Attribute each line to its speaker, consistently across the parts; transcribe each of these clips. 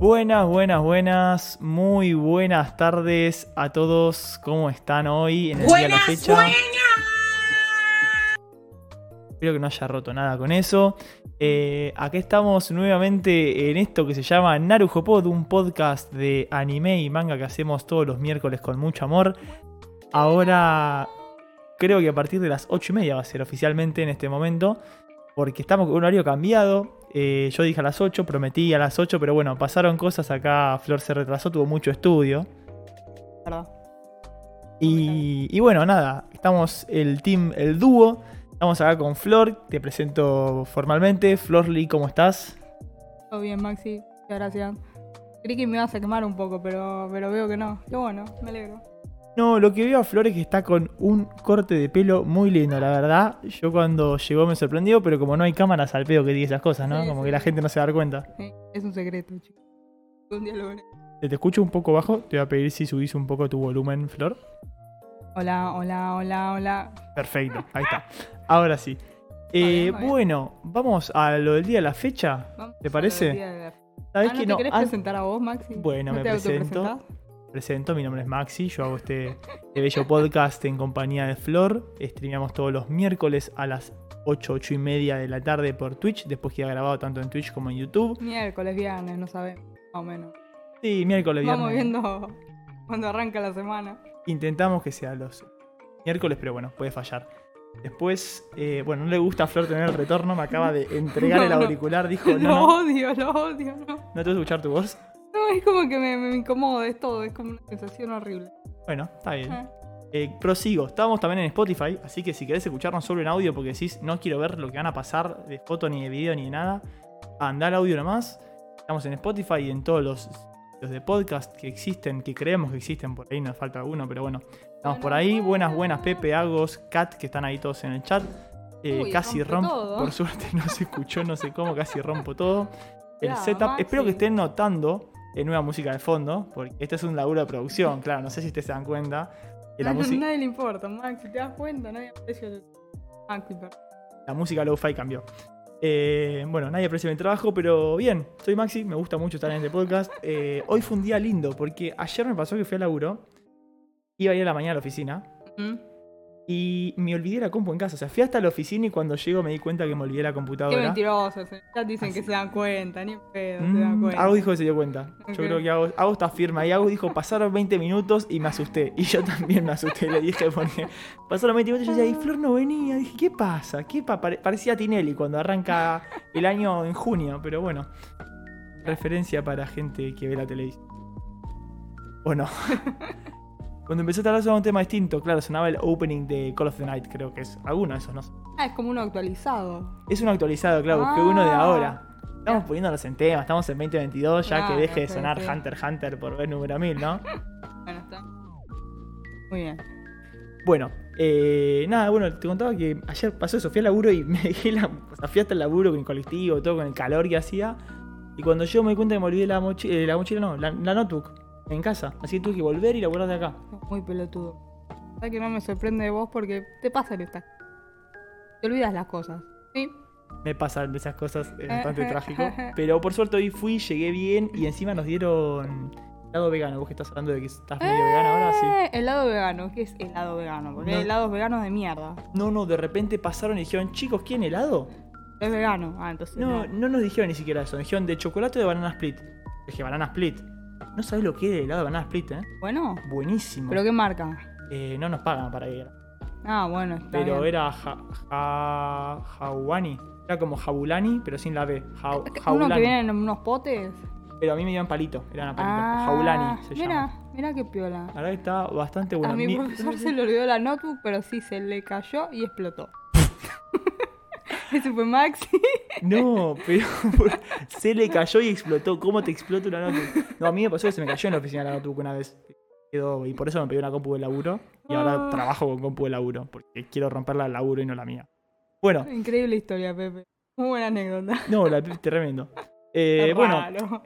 Speaker 1: Buenas, buenas, buenas, muy buenas tardes a todos. ¿Cómo están hoy en el día de la
Speaker 2: Buenas,
Speaker 1: fecha?
Speaker 2: buenas.
Speaker 1: Espero que no haya roto nada con eso. Eh, aquí estamos nuevamente en esto que se llama Narujo Pod, un podcast de anime y manga que hacemos todos los miércoles con mucho amor. Ahora creo que a partir de las 8 y media va a ser oficialmente en este momento, porque estamos con un horario cambiado. Eh, yo dije a las 8, prometí a las 8, pero bueno, pasaron cosas. Acá Flor se retrasó, tuvo mucho estudio.
Speaker 3: Perdón.
Speaker 1: Y, y bueno, nada, estamos el team, el dúo. Estamos acá con Flor, te presento formalmente. Florly, ¿cómo estás?
Speaker 3: Todo bien, Maxi. Muchas gracias. Creí que me vas a quemar un poco, pero, pero veo que no. Qué bueno, me alegro.
Speaker 1: No, lo que veo a Flor es que está con un corte de pelo muy lindo, la verdad. Yo cuando llegó me sorprendió, pero como no hay cámaras al pedo que diga esas cosas, ¿no?
Speaker 3: Sí,
Speaker 1: como
Speaker 3: sí.
Speaker 1: que la gente no se va a dar cuenta.
Speaker 3: Sí, Es un secreto, chicos. Un día lo veré.
Speaker 1: Te, te escucho un poco bajo, te voy a pedir si subís un poco tu volumen, Flor.
Speaker 3: Hola, hola, hola, hola.
Speaker 1: Perfecto, ahí está. Ahora sí. Eh,
Speaker 3: bien, va bien.
Speaker 1: bueno, vamos a lo del día de la fecha.
Speaker 3: Vamos
Speaker 1: ¿Te
Speaker 3: a
Speaker 1: parece?
Speaker 3: los días de la- Ah,
Speaker 1: ¿Sabés
Speaker 3: ¿no
Speaker 1: que
Speaker 3: te
Speaker 1: no?
Speaker 3: querés
Speaker 1: An-
Speaker 3: presentar a vos, Maxi?
Speaker 1: Bueno,
Speaker 3: ¿No
Speaker 1: me
Speaker 3: te
Speaker 1: presento.
Speaker 3: autopresentás?
Speaker 1: presento, mi nombre es Maxi, yo hago este, este bello podcast en compañía de Flor. Streameamos todos los miércoles a las 8, 8 y media de la tarde por Twitch, después queda grabado tanto en Twitch como en YouTube.
Speaker 3: Miércoles, viernes, no sabemos. Más o menos.
Speaker 1: Sí, miércoles,
Speaker 3: Vamos
Speaker 1: viernes.
Speaker 3: viendo cuando arranca la semana.
Speaker 1: Intentamos que sea los miércoles, pero bueno, puede fallar. Después, eh, bueno, no le gusta a Flor tener el retorno, me acaba de entregar
Speaker 3: No,
Speaker 1: el
Speaker 3: no.
Speaker 1: auricular, dijo, no,
Speaker 3: lo
Speaker 1: no,
Speaker 3: odio, lo odio, no.
Speaker 1: no te voy a escuchar tu voz.
Speaker 3: No, es como que me, me incomoda, es todo, es como una sensación horrible.
Speaker 1: Bueno, está bien.
Speaker 3: Ah.
Speaker 1: Eh, prosigo, estábamos también en Spotify, así que si querés escucharnos solo en audio porque decís no quiero ver lo que van a pasar de foto ni de video ni de nada, andá al audio nomás. Estamos en Spotify y en todos los sitios de podcast que existen, que creemos que existen, por ahí nos falta alguno, pero bueno, estamos por ahí. Buenas, buenas, Pepe, Agos, Kat, que están ahí todos en el chat. Eh,
Speaker 3: Uy,
Speaker 1: casi rompo,
Speaker 3: rompe todo.
Speaker 1: por suerte no se escuchó, no sé cómo, casi rompo todo. El
Speaker 3: Ya,
Speaker 1: setup, espero que
Speaker 3: Maxi.
Speaker 1: estén notando eh, nueva música de fondo, porque este es un laburo de producción, claro, no sé si ustedes se dan cuenta. que la
Speaker 3: Ah, No,
Speaker 1: música-
Speaker 3: nadie le importa, Max, si te das cuenta, nadie aprecia el... Maxi, perdón.
Speaker 1: la música lo-fi cambió. Eh, bueno, nadie aprecia mi trabajo, pero bien, soy Maxi, me gusta mucho estar en este podcast. Eh, hoy fue un día lindo, porque ayer me pasó que fui al laburo, iba a ir a la mañana a la oficina,
Speaker 3: ¿Mm?
Speaker 1: y me olvidé la compu en casa. O sea, fui hasta la oficina y cuando llego me di cuenta que me olvidé la
Speaker 3: Qué
Speaker 1: computadora.
Speaker 3: mentirosos, eh. ya dicen
Speaker 1: Así.
Speaker 3: que se dan cuenta, ni en pedo se dan
Speaker 1: Mm,
Speaker 3: cuenta.
Speaker 1: Agus dijo que se dio cuenta.
Speaker 3: Ok.
Speaker 1: Yo creo que Agus, Agus está firme. Y Agus dijo, pasaron 20 minutos y me asusté. Y yo también me asusté. Le dije, porque pasaron 20 minutos y yo decía, y Flor no venía. Dije, ¿qué pasa? ¿Qué pa- pare- Parecía Tinelli cuando arranca el año en junio. Pero bueno, referencia para gente que ve la televisión. O no. Cuando empecé a hablar sobre un tema distinto, claro, sonaba el opening de Call of the Night, creo que es alguno de esos, no sé.
Speaker 3: Ah, es como uno actualizado.
Speaker 1: Es un actualizado, claro, que uno de
Speaker 3: Ah.
Speaker 1: ahora. Estamos poniéndonos en tema, estamos en 2022, ya
Speaker 3: Claro,
Speaker 1: que deje de
Speaker 3: sí,
Speaker 1: sonar
Speaker 3: sí.
Speaker 1: Hunter x Hunter por ver número 1000, ¿no?
Speaker 3: Bueno, está. Muy bien.
Speaker 1: bueno, eh, nada, bueno, te contaba que ayer pasó eso, fui al laburo y me dejé la. O sea, fui hasta el laburo con el colectivo, todo con el calor que hacía. Y cuando yo me di cuenta que me olvidé la mochila, la mochila no, la, la notebook en casa. Así que tuve que volver y laburar de acá.
Speaker 3: Sos Muy pelotudo. La verdad que no me sorprende de vos porque te pasan estas Te olvidas las cosas. ¿Sí?
Speaker 1: Me pasan esas cosas, es bastante trágico. Pero por suerte hoy fui, llegué bien y encima nos dieron helado vegano. Vos que estás hablando de que estás medio vegana ahora, sí.
Speaker 3: Eh, helado vegano. ¿Qué es helado vegano? Porque
Speaker 1: No.
Speaker 3: hay helados veganos de mierda.
Speaker 1: No, no, de repente pasaron y dijeron, chicos, ¿quién helado?
Speaker 3: Es vegano. Ah, entonces.
Speaker 1: No, no nos dijeron ni siquiera eso. Nos dijeron de chocolate o de banana split. Dije, banana split. No sabés lo que es el helado de banana split, ¿eh?
Speaker 3: Bueno,
Speaker 1: Buenísimo.
Speaker 3: pero ¿qué marca?
Speaker 1: Eh, no nos pagan para ir.
Speaker 3: Ah, bueno, está
Speaker 1: Pero
Speaker 3: bien.
Speaker 1: era ja, ja- jawani. Era como jabulani, pero sin la B. Ja-
Speaker 3: Uno que
Speaker 1: jaulani.
Speaker 3: viene en unos potes.
Speaker 1: Pero a mí me dieron palito. Era una palito.
Speaker 3: Ah,
Speaker 1: jaulani se
Speaker 3: mira,
Speaker 1: llama.
Speaker 3: mira qué piola.
Speaker 1: La verdad que está bastante bueno.
Speaker 3: a mi
Speaker 1: Mi-
Speaker 3: profesor se le olvidó la notebook, pero sí se le cayó y explotó. Ese fue Maxi.
Speaker 1: No, pero por- se le cayó y explotó. ¿Cómo te explota una notebook? No, a mí me pasó que se me cayó en la oficina la notebook una vez. Quedó, y por eso me pedí una compu de laburo. Y ahora
Speaker 3: Ah.
Speaker 1: trabajo con compu de laburo. Porque quiero romperla al laburo y no la mía. Bueno,
Speaker 3: Increíble historia, Pepe. Muy buena anécdota.
Speaker 1: no, la tremendo. Eh,
Speaker 3: Está
Speaker 1: bueno,
Speaker 3: raro.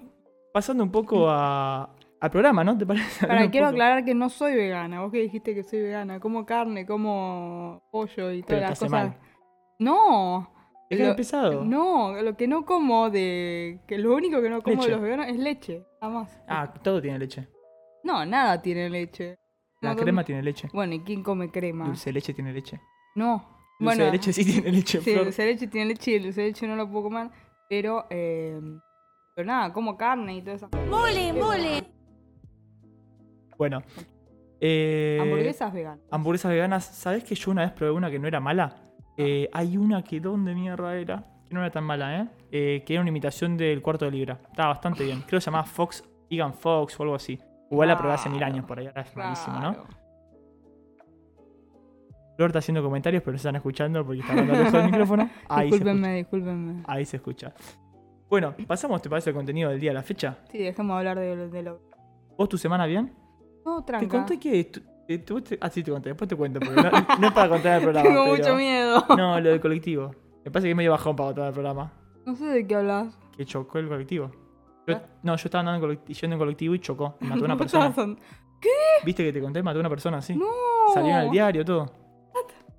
Speaker 1: pasando un poco a, al programa, ¿no? ¿Te parece?
Speaker 3: Para,
Speaker 1: Un
Speaker 3: quiero
Speaker 1: poco.
Speaker 3: aclarar que no soy vegana. Vos que dijiste que soy vegana. Como carne, como pollo y
Speaker 1: Pero
Speaker 3: todas
Speaker 1: te
Speaker 3: las
Speaker 1: hace
Speaker 3: cosas.
Speaker 1: mal.
Speaker 3: No.
Speaker 1: Dejá
Speaker 3: Lo-
Speaker 1: de pesado.
Speaker 3: No, lo que no como de. que lo único que no como
Speaker 1: Leche.
Speaker 3: de los veganos es leche. Nada más.
Speaker 1: Ah, todo tiene leche.
Speaker 3: No, nada tiene leche.
Speaker 1: La
Speaker 3: No, con-
Speaker 1: crema tiene leche.
Speaker 3: Bueno, ¿y quién come crema?
Speaker 1: Dulce de leche tiene leche.
Speaker 3: No.
Speaker 1: Dulce
Speaker 3: bueno,
Speaker 1: de leche sí tiene leche,
Speaker 3: sí,
Speaker 1: Flor.
Speaker 3: dulce de leche tiene leche y el dulce de leche no lo puedo comer. Pero, eh, pero nada, como carne y todo eso.
Speaker 2: Bullying, bullying.
Speaker 1: Bueno. eh,
Speaker 3: Hamburguesas veganas.
Speaker 1: hamburguesas veganas. ¿Sabés que yo una vez probé una que no era
Speaker 3: Ah.
Speaker 1: mala? Eh, hay una que dónde mierda era. Que no era tan mala, ¿eh? Eh, Que era una imitación del cuarto de libra. Estaba bastante bien. Creo que se llamaba Fox, Egan Fox o algo así. Igual la probé hace mil
Speaker 3: Claro,
Speaker 1: años por ahí. Ahora es malísimo, ¿no?
Speaker 3: Claro.
Speaker 1: Flor está haciendo comentarios, pero no están escuchando porque está hablando lejos del micrófono. Ah, Ahí se, escucha.
Speaker 3: discúlpenme, discúlpenme.
Speaker 1: ahí se escucha. Bueno, pasamos, ¿te parece el contenido del día de la fecha?
Speaker 3: Sí, dejemos hablar de, lo- de lo.
Speaker 1: ¿Vos tu semana bien?
Speaker 3: No, tranca.
Speaker 1: Te conté que. tu- eh, tú te- ah, sí, te conté. Después te cuento. porque no, no es para contar el programa.
Speaker 3: Tengo
Speaker 1: pero-
Speaker 3: mucho miedo.
Speaker 1: No, lo del colectivo. Me parece que es medio bajón para contar el programa.
Speaker 3: No sé de qué hablas.
Speaker 1: Que chocó el colectivo. Yo-
Speaker 3: Ah.
Speaker 1: no, yo estaba andando en colectivo, yendo en colectivo y chocó. y Mató a Ah, una
Speaker 3: No
Speaker 1: persona.
Speaker 3: estabas an-
Speaker 1: ¿Viste que te conté? Mató a una persona, sí.
Speaker 3: No.
Speaker 1: Salió en el diario, todo.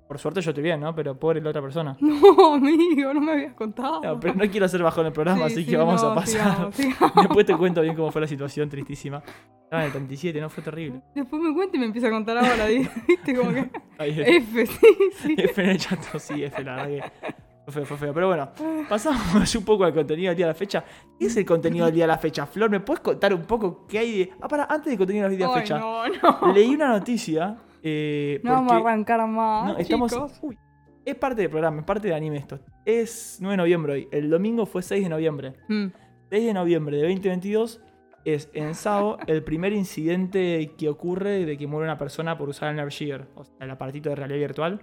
Speaker 1: Por suerte yo estoy bien, ¿no? Pero pobre la otra persona.
Speaker 3: No, amigo, no me habías contado.
Speaker 1: No, pero no quiero hacer bajón el programa,
Speaker 3: Sí,
Speaker 1: así que
Speaker 3: sí,
Speaker 1: vamos
Speaker 3: no,
Speaker 1: a pasar.
Speaker 3: sigamos, sigamos.
Speaker 1: Después te cuento bien cómo fue la situación tristísima. Estaba en el 37, ¿no? Fue terrible.
Speaker 3: Después me cuenta y me empieza a contar ahora, ¿viste? Como que.
Speaker 1: Está bien.
Speaker 3: F, sí, sí.
Speaker 1: F en el chato, sí, F, la verdad que fue feo, fue feo. Pero bueno, pasamos un poco al contenido del día de la fecha. ¿Qué es el contenido del día de la fecha? Flor, ¿me puedes contar un poco qué hay de... Ah, para, antes del contenido del día de la
Speaker 3: Ay,
Speaker 1: fecha.
Speaker 3: no, no.
Speaker 1: Leí una noticia... Eh,
Speaker 3: No vamos a
Speaker 1: porque-
Speaker 3: arrancar más.
Speaker 1: no, estamos...
Speaker 3: chicos.
Speaker 1: Uy, es parte del programa, es parte de anime esto. Es 9 de noviembre hoy. El domingo fue 6 de noviembre.
Speaker 3: Mm.
Speaker 1: 6 de noviembre de 2022 es en Sao el primer incidente que ocurre de que muere una persona por usar el Nergear, o sea, el aparatito de realidad virtual.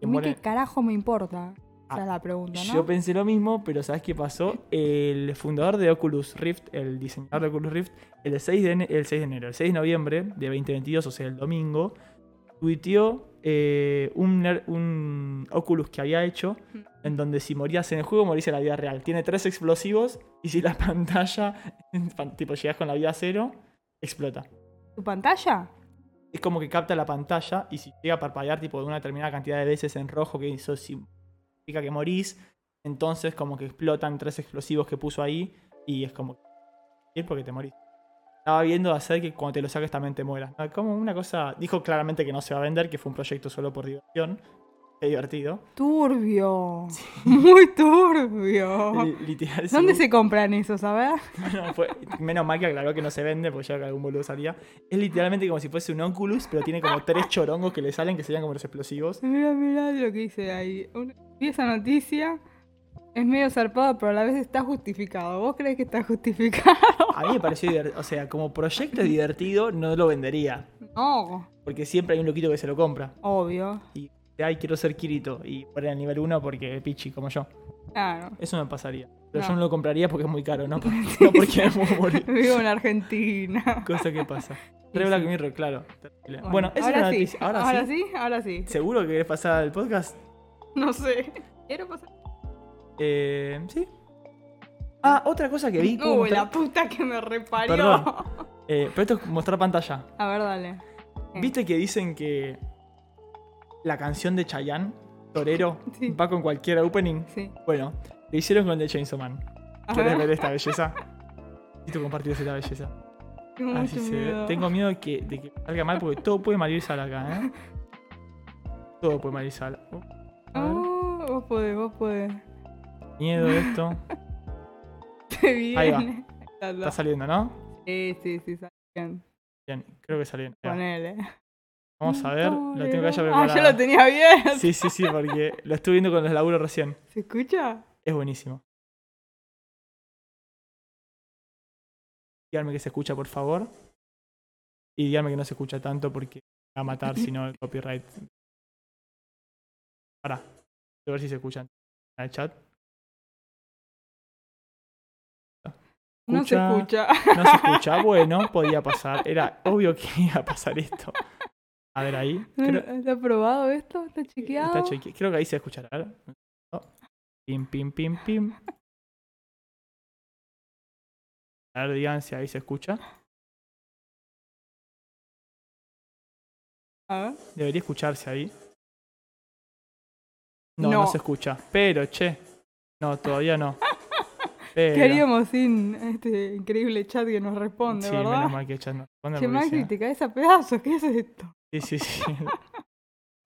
Speaker 1: Que
Speaker 3: A mí
Speaker 1: muere...
Speaker 3: qué carajo me importa. Esa
Speaker 1: Ah,
Speaker 3: es la pregunta, ¿no?
Speaker 1: Yo pensé lo mismo, pero ¿sabes qué pasó? El fundador de Oculus Rift, el diseñador de Oculus Rift, el 6 de, ene- el 6 de enero, el 6 de noviembre de 2022, o sea, el domingo, tuiteó eh, un, ner- un Oculus que había hecho en donde si morías en el juego, morís en la vida real. Tiene tres explosivos y si la pantalla, tipo, llegas con la vida a cero, explota.
Speaker 3: ¿Tu pantalla?
Speaker 1: Es como que capta la pantalla y si llega a parpadear tipo de una determinada cantidad de veces en rojo, que eso significa que morís, entonces como que explotan tres explosivos que puso ahí y es como que es porque te morís. Estaba viendo hacer que cuando te lo saques también te mueras. Ah, Como una cosa, dijo claramente que no se va a vender, que fue un proyecto solo por diversión. Qué divertido.
Speaker 3: Turbio. Muy turbio.
Speaker 1: L- Literal. si
Speaker 3: ¿Dónde
Speaker 1: vos-
Speaker 3: se compran esos, a ver?
Speaker 1: No, fue- menos mal que aclaró que no se vende, porque ya que algún boludo salía. Es literalmente como si fuese un Oculus, pero tiene como tres chorongos que le salen que serían como los explosivos.
Speaker 3: Mira, mira lo que hice ahí. Una- Vi esa noticia. Es medio zarpado, pero a la vez está justificado. ¿Vos crees que está justificado?
Speaker 1: A mí me pareció divertido. O sea, como proyecto divertido, no lo vendería.
Speaker 3: No,
Speaker 1: Porque siempre hay un loquito que se lo compra.
Speaker 3: obvio.
Speaker 1: Y dice, ay, quiero ser Kirito. Y poner el nivel 1 porque pichi, como yo.
Speaker 3: Claro.
Speaker 1: Eso me pasaría. Pero
Speaker 3: No.
Speaker 1: yo no lo compraría porque es muy caro, ¿no? No porque me voy a morir.
Speaker 3: Vivo en Argentina.
Speaker 1: Cosa que pasa.
Speaker 3: Sí,
Speaker 1: Re
Speaker 3: sí.
Speaker 1: Black Mirror, claro. Terrible. Bueno, esa es
Speaker 3: ahora
Speaker 1: la
Speaker 3: sí.
Speaker 1: noticia. Ahora, sí.
Speaker 3: ahora sí.
Speaker 1: ¿Seguro que querés pasar al podcast?
Speaker 3: No sé. Quiero pasar.
Speaker 1: Eh, sí. Ah, otra cosa que vi. ¿puedo
Speaker 3: Uy,
Speaker 1: mostrar?
Speaker 3: la puta que me reparió.
Speaker 1: Perdón. Eh, pero esto es mostrar pantalla.
Speaker 3: A ver, dale. Eh.
Speaker 1: ¿Viste que dicen que la canción de Chayanne, Torero,
Speaker 3: Sí.
Speaker 1: va con cualquier opening?
Speaker 3: Sí.
Speaker 1: Bueno, lo hicieron con The Chainsaw Man.
Speaker 3: A
Speaker 1: ¿Querés
Speaker 3: ver.
Speaker 1: ver esta belleza? Y tú compartís esta belleza.
Speaker 3: Tengo
Speaker 1: Así
Speaker 3: mucho
Speaker 1: se ve.
Speaker 3: miedo.
Speaker 1: Tengo miedo de que, de que salga mal porque todo puede mal ir sal acá, ¿eh? Todo puede mal ir sal. Uh, a ver.
Speaker 3: Oh, vos podés, vos podés.
Speaker 1: Miedo de esto.
Speaker 3: Te viene.
Speaker 1: Ahí va. Está
Speaker 3: Está, está.
Speaker 1: saliendo, ¿no?
Speaker 3: Sí, sí, sí, está bien.
Speaker 1: Bien, creo que salió. bien. Ahí va.
Speaker 3: Ponele.
Speaker 1: Vamos a ver. Lo tengo que ya
Speaker 3: Ah,
Speaker 1: preparado.
Speaker 3: yo lo tenía bien.
Speaker 1: Sí, sí, sí, porque lo estuve viendo con los laburos recién.
Speaker 3: ¿Se escucha?
Speaker 1: Es buenísimo. Díganme que se escucha, por favor. Y díganme que no se escucha tanto porque me va a matar si no el copyright. Pará. Voy a ver si se escuchan en el chat.
Speaker 3: No se
Speaker 1: Escucha.
Speaker 3: escucha.
Speaker 1: No se escucha. Bueno, podía pasar. Era obvio que iba a pasar esto. A ver ahí. Creo-
Speaker 3: ¿Está probado esto? ¿Está chequeado?
Speaker 1: Está cheque- Creo que ahí se escuchará. A ver. No. Oh. Pim, pim, pim, pim. A ver, digan si ahí se escucha.
Speaker 3: A ver.
Speaker 1: Debería escucharse ahí. No, no,
Speaker 3: No.
Speaker 1: se escucha. Pero, che, No, todavía no.
Speaker 3: ¿Qué haríamos sin este increíble chat que nos responde,
Speaker 1: Sí,
Speaker 3: verdad?
Speaker 1: menos mal que ella no responde.
Speaker 3: Che,
Speaker 1: porque
Speaker 3: Macri,
Speaker 1: si
Speaker 3: te caes a pedazos, ¿qué es esto?
Speaker 1: no- Sí, sí, sí.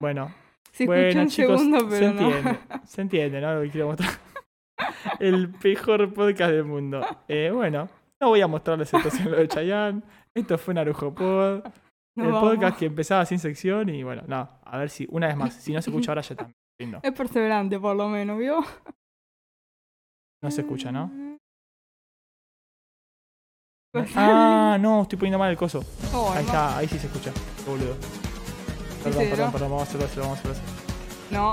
Speaker 1: bueno,
Speaker 3: Se escuchó
Speaker 1: bueno,
Speaker 3: un
Speaker 1: chicos,
Speaker 3: segundo,
Speaker 1: se
Speaker 3: pero no.
Speaker 1: entiende. Se entiende, ¿no? Lo que quiero mostrar. El mejor podcast del mundo. Eh, bueno, no voy a mostrarles entonces lo de Chayanne. Esto fue Narujo Pod.
Speaker 3: Nos
Speaker 1: el
Speaker 3: vamos.
Speaker 1: podcast que empezaba sin sección y bueno, no, a ver si, una vez más, si no se escucha ahora ya está. Lindo.
Speaker 3: Es perseverante, por lo menos, ¿vio?
Speaker 1: No se escucha, ¿no?
Speaker 3: Pues-
Speaker 1: Ah, no, estoy poniendo mal el coso.
Speaker 3: Oh,
Speaker 1: Ahí
Speaker 3: no.
Speaker 1: está, ahí sí se escucha. Qué Boludo. Perdón,
Speaker 3: sí,
Speaker 1: perdón,
Speaker 3: ¿no?
Speaker 1: perdón, vamos a hacerlo de cero, vamos a hacerlo de cero.
Speaker 3: No,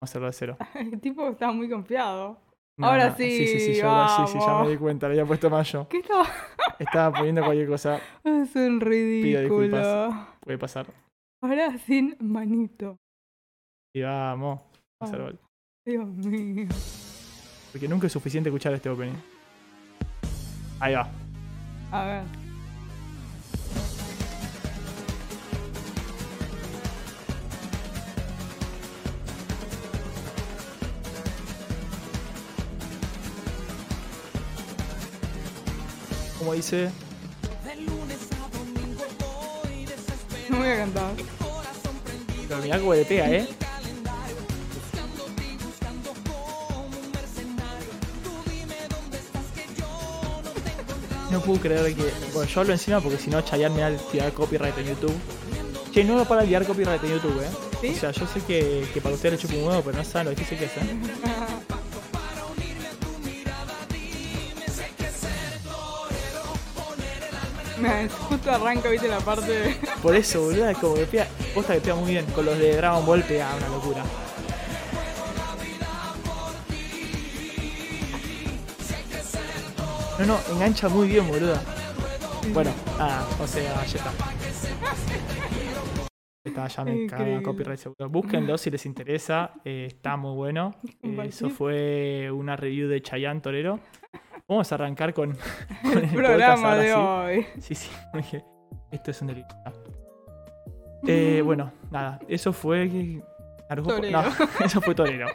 Speaker 1: Vamos a hacerlo de cero.
Speaker 3: el tipo está muy confiado.
Speaker 1: No,
Speaker 3: Ahora
Speaker 1: no,
Speaker 3: sí,
Speaker 1: Sí, sí, sí, yo ahora sí, sí, ya
Speaker 3: vamos.
Speaker 1: me di cuenta, le había puesto más yo.
Speaker 3: ¿Qué estaba?
Speaker 1: Estaba poniendo cualquier cosa,
Speaker 3: Es un ridículo.
Speaker 1: disculpas. puede pasar.
Speaker 3: Ahora sin manito.
Speaker 1: Y vamos, vamos a
Speaker 3: Ah.
Speaker 1: hacer gol.
Speaker 3: Dios mío.
Speaker 1: Porque nunca es suficiente escuchar este opening. Ahí va.
Speaker 3: A ver.
Speaker 1: Como dice,
Speaker 3: No voy a cantar.
Speaker 1: pero mirá cómo detea, ¿eh? No puedo creer que. Bueno, yo hablo encima porque si no, Chayanne me va a tirar copyright en YouTube. Che, no lo para tirar copyright en YouTube, ¿eh?
Speaker 3: ¿Sí?
Speaker 1: O sea, yo sé que, que para ustedes le chupo un huevo, pero no saben lo difícil que es, ¿eh?
Speaker 3: Me justo arranca, viste, la parte de...
Speaker 1: Por eso, boludo, como que pega. Posta que pega muy bien. Con los de Dragon Ball pega una locura. No, no, engancha muy bien, boludo. Bueno, nada, o sea, ya está. Ya Está, ya me cago en
Speaker 3: Increíble.
Speaker 1: copyright seguro. Búsquenlo si les interesa, eh, está muy bueno. Eh, eso
Speaker 3: Compartir.
Speaker 1: fue una review de Chayanne Torero. Vamos a arrancar con, con el, podcast
Speaker 3: programa
Speaker 1: ahora
Speaker 3: de
Speaker 1: sí.
Speaker 3: hoy.
Speaker 1: Sí, sí, porque esto es un delito. Eh, bueno, nada, eso fue. Narujo-
Speaker 3: Torero.
Speaker 1: No, eso fue torero.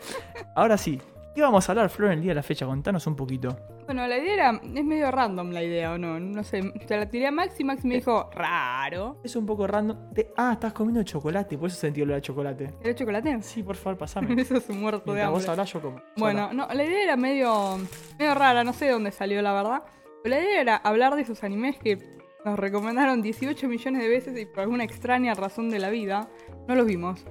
Speaker 1: Ahora sí, ¿qué vamos a hablar, Flor, en el día de la fecha? Contanos un poquito.
Speaker 3: Bueno, la idea era... Es medio random la idea, ¿o no? No sé. Te la tiré a Max y
Speaker 1: Eh.
Speaker 3: Max me dijo, raro.
Speaker 1: Es un poco random. Te- Ah, estás comiendo chocolate, por eso sentí el olor a chocolate.
Speaker 3: ¿Era chocolate?
Speaker 1: Sí, por favor, pasame.
Speaker 3: Eso es un muerto de
Speaker 1: Mientras
Speaker 3: hambre.
Speaker 1: vos hablás, yo como. Yo
Speaker 3: Bueno, no, la idea era medio, medio rara, no sé de dónde salió la verdad. Pero la idea era hablar de esos animes que nos recomendaron 18 millones de veces y por alguna extraña razón de la vida no los vimos.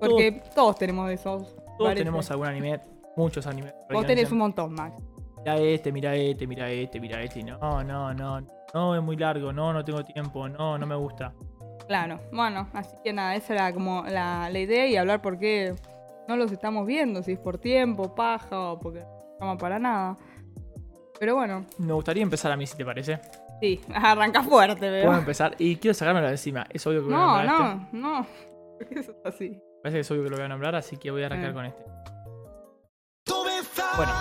Speaker 3: Porque todos, tenemos de esos.
Speaker 1: Todos
Speaker 3: parece.
Speaker 1: tenemos algún anime, muchos animes.
Speaker 3: Vos tenés un montón, Max.
Speaker 1: Mira este, mira este, mira este, mira este. y No, no, no. No, es muy largo. No, no tengo tiempo. No, no me gusta.
Speaker 3: Claro. Bueno, así que nada, esa era como la, la idea y hablar por qué no los estamos viendo, si es por tiempo, paja o porque no estamos para nada. Pero bueno,
Speaker 1: Me gustaría empezar a mí, si te parece.
Speaker 3: sí, arranca fuerte,
Speaker 1: Puedo
Speaker 3: veo.
Speaker 1: empezar. Y quiero sacármelo de encima. Es obvio que voy a
Speaker 3: No,
Speaker 1: nombrar a este.
Speaker 3: no, no. Eso es así.
Speaker 1: Parece que es obvio que lo voy a nombrar, así que voy a arrancar
Speaker 3: Mm.
Speaker 1: con este. Bueno,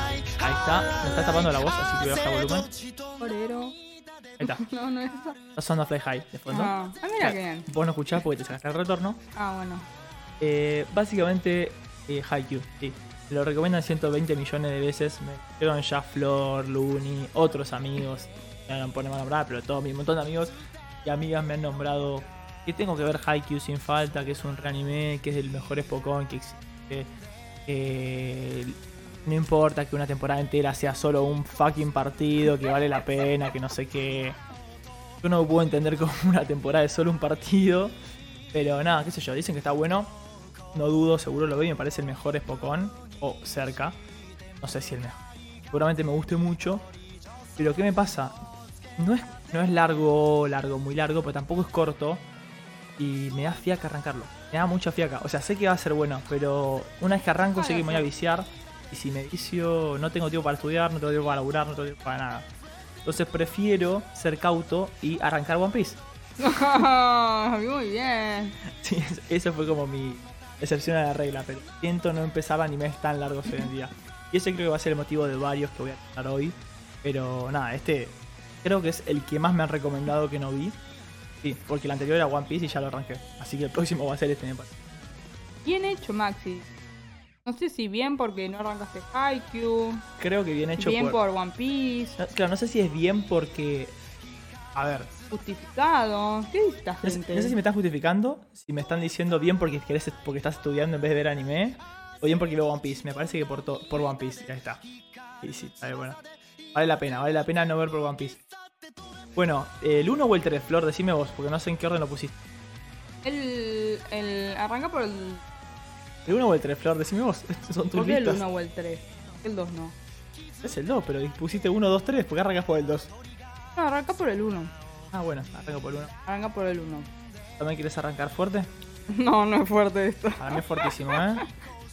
Speaker 1: ahí está. Me está tapando la voz, así que voy a bajar volumen. Ahí
Speaker 3: Torero.
Speaker 1: está.
Speaker 3: No, no es eso.
Speaker 1: Está sonando Fly High de fondo.
Speaker 3: Ah, ah, mira qué bien.
Speaker 1: Vos no escuchás porque te sacaste el retorno.
Speaker 3: Ah, bueno.
Speaker 1: Eh, básicamente, eh, Haikyuu, sí. Lo recomiendan 120 millones de veces. Me dijeron ya Flor, Luni, otros amigos. Ya no ponemos a nombrar, pero todos mi montón de amigos y amigas me han nombrado que tengo que ver Haikyuu sin falta, que es un reanime, que es el mejor Pokémon que existe. que no importa que una temporada entera sea solo un fucking partido, que vale la pena, que no sé qué. Yo no puedo entender cómo una temporada es solo un partido. Pero nada, qué sé yo, dicen que está bueno. No dudo, seguro lo veo y me parece el mejor Spokon. O cerca. No sé si el mejor. Seguramente me guste mucho. Pero ¿qué me pasa? No es, no es largo, largo, muy largo, pero tampoco es corto. Y me da fiaca arrancarlo. Me da mucha fiaca. O sea, sé que va a ser bueno, pero una vez que arranco sé que me voy a viciar. Y si me vicio, no tengo tiempo para estudiar, no tengo tiempo para laburar, no tengo tiempo para nada. Entonces prefiero ser cauto y arrancar One Piece.
Speaker 3: Muy bien.
Speaker 1: Sí, es- eso fue como mi excepción a la regla, pero siento no empezar animes tan largos hoy en día. Y ese creo que va a ser el motivo de varios que voy a tratar hoy. Pero nada, este creo que es el que más me han recomendado que no vi. Sí, porque el anterior era One Piece y ya lo arranqué. Así que el próximo va a ser este, me parece.
Speaker 3: Bien hecho, Maxi. No sé si bien porque no arrancaste Haikyuu,
Speaker 1: Creo que bien hecho
Speaker 3: bien
Speaker 1: por...
Speaker 3: por One Piece,
Speaker 1: No, claro, no sé si es bien porque... A ver,
Speaker 3: justificado. ¿Qué dice esta
Speaker 1: no sé,
Speaker 3: gente?
Speaker 1: no sé si me están justificando, si me están diciendo bien porque querés, porque estás estudiando en vez de ver anime, o bien porque veo One Piece. Me parece que por, to- por One Piece, ya está. Sí, sí, está bien, bueno. Vale la pena, vale la pena no ver por One Piece. Bueno, ¿el 1 o el 3, Flor? Decime vos, porque no sé en qué orden lo pusiste.
Speaker 3: El, el- arranca por el.
Speaker 1: ¿El 1 o el 3, Flor? Decime vos. Estos son tus
Speaker 3: ¿Por qué el
Speaker 1: listas.
Speaker 3: 1 o el 3? El 2 no.
Speaker 1: Es el 2, pero pusiste 1, 2, 3, porque arrancas por el 2.
Speaker 3: No, arranca por el 1.
Speaker 1: Ah, bueno, arranco por el 1.
Speaker 3: Arranca por el 1.
Speaker 1: ¿También quieres arrancar fuerte?
Speaker 3: No, no es fuerte esto.
Speaker 1: Para mí es fuertísimo, ¿eh?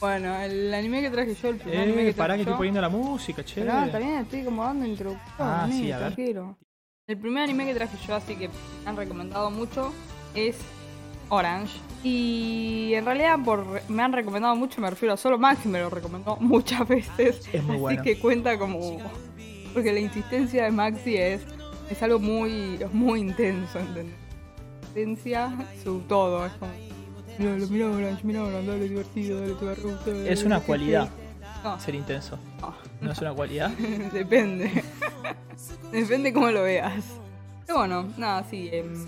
Speaker 3: Bueno, el anime que traje yo, el primer anime
Speaker 1: eh
Speaker 3: que
Speaker 1: pará que
Speaker 3: traje
Speaker 1: estoy
Speaker 3: yo.
Speaker 1: poniendo la música, che.
Speaker 3: Pero no, también estoy como dando introducción.
Speaker 1: Ah, sí,
Speaker 3: nene,
Speaker 1: a ver.
Speaker 3: tranquilo. El primer anime que traje yo, así que me han recomendado mucho, es Orange. Y en realidad por re- me han recomendado mucho, me refiero a solo Maxi, me lo recomendó muchas veces.
Speaker 1: Es muy
Speaker 3: así
Speaker 1: bueno.
Speaker 3: que cuenta como... Porque la insistencia de Maxi es, es algo muy, muy intenso, ¿entendés? Insistencia, su todo, es como... Mira, mira Orange, mira Orange, dale divertido, dale, te va a gustar,
Speaker 1: Es una
Speaker 3: dale,
Speaker 1: cualidad.
Speaker 3: No,
Speaker 1: Ser intenso.
Speaker 3: no.
Speaker 1: ¿No es una cualidad?
Speaker 3: Depende. Depende cómo lo veas. Pero bueno, nada, sí. em,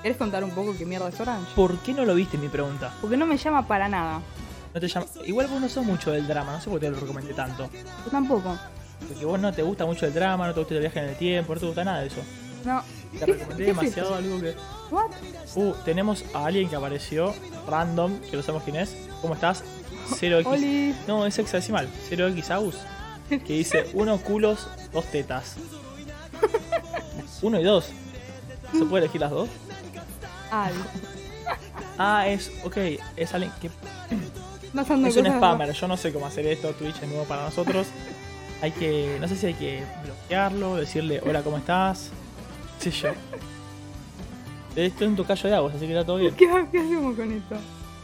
Speaker 3: ¿Querés contar un poco qué mierda es Orange?
Speaker 1: ¿Por qué no lo viste? Mi pregunta.
Speaker 3: Porque no me llama para nada.
Speaker 1: No te llama- Igual vos no sos mucho del drama, no sé por qué te lo recomendé tanto.
Speaker 3: Yo tampoco.
Speaker 1: Porque vos no te gusta mucho el drama, no te gusta el viaje en el tiempo, no te gusta nada de eso.
Speaker 3: No.
Speaker 1: Te
Speaker 3: ¿Qué-
Speaker 1: recomendé
Speaker 3: qué es
Speaker 1: demasiado algo que.
Speaker 3: esto? What?
Speaker 1: Uh, tenemos a alguien que apareció, random, que no sabemos quién es. ¿Cómo estás? 0x.
Speaker 3: Oli.
Speaker 1: No, es hexadecimal. 0x Aus. Que dice uno culos, dos tetas. Uno y dos. ¿Se puede elegir las dos?
Speaker 3: Ay.
Speaker 1: Ah, es. Ok, es alguien que
Speaker 3: Vas dando
Speaker 1: Es un
Speaker 3: cosas-
Speaker 1: spammer, yo no sé cómo hacer esto, Twitch es nuevo para nosotros. Hay que, no sé si hay que bloquearlo, decirle hola, ¿cómo estás? Sí, yo. Esto es un tocayo de aguas, así que está todo bien.
Speaker 3: ¿Qué, qué hacemos con esto?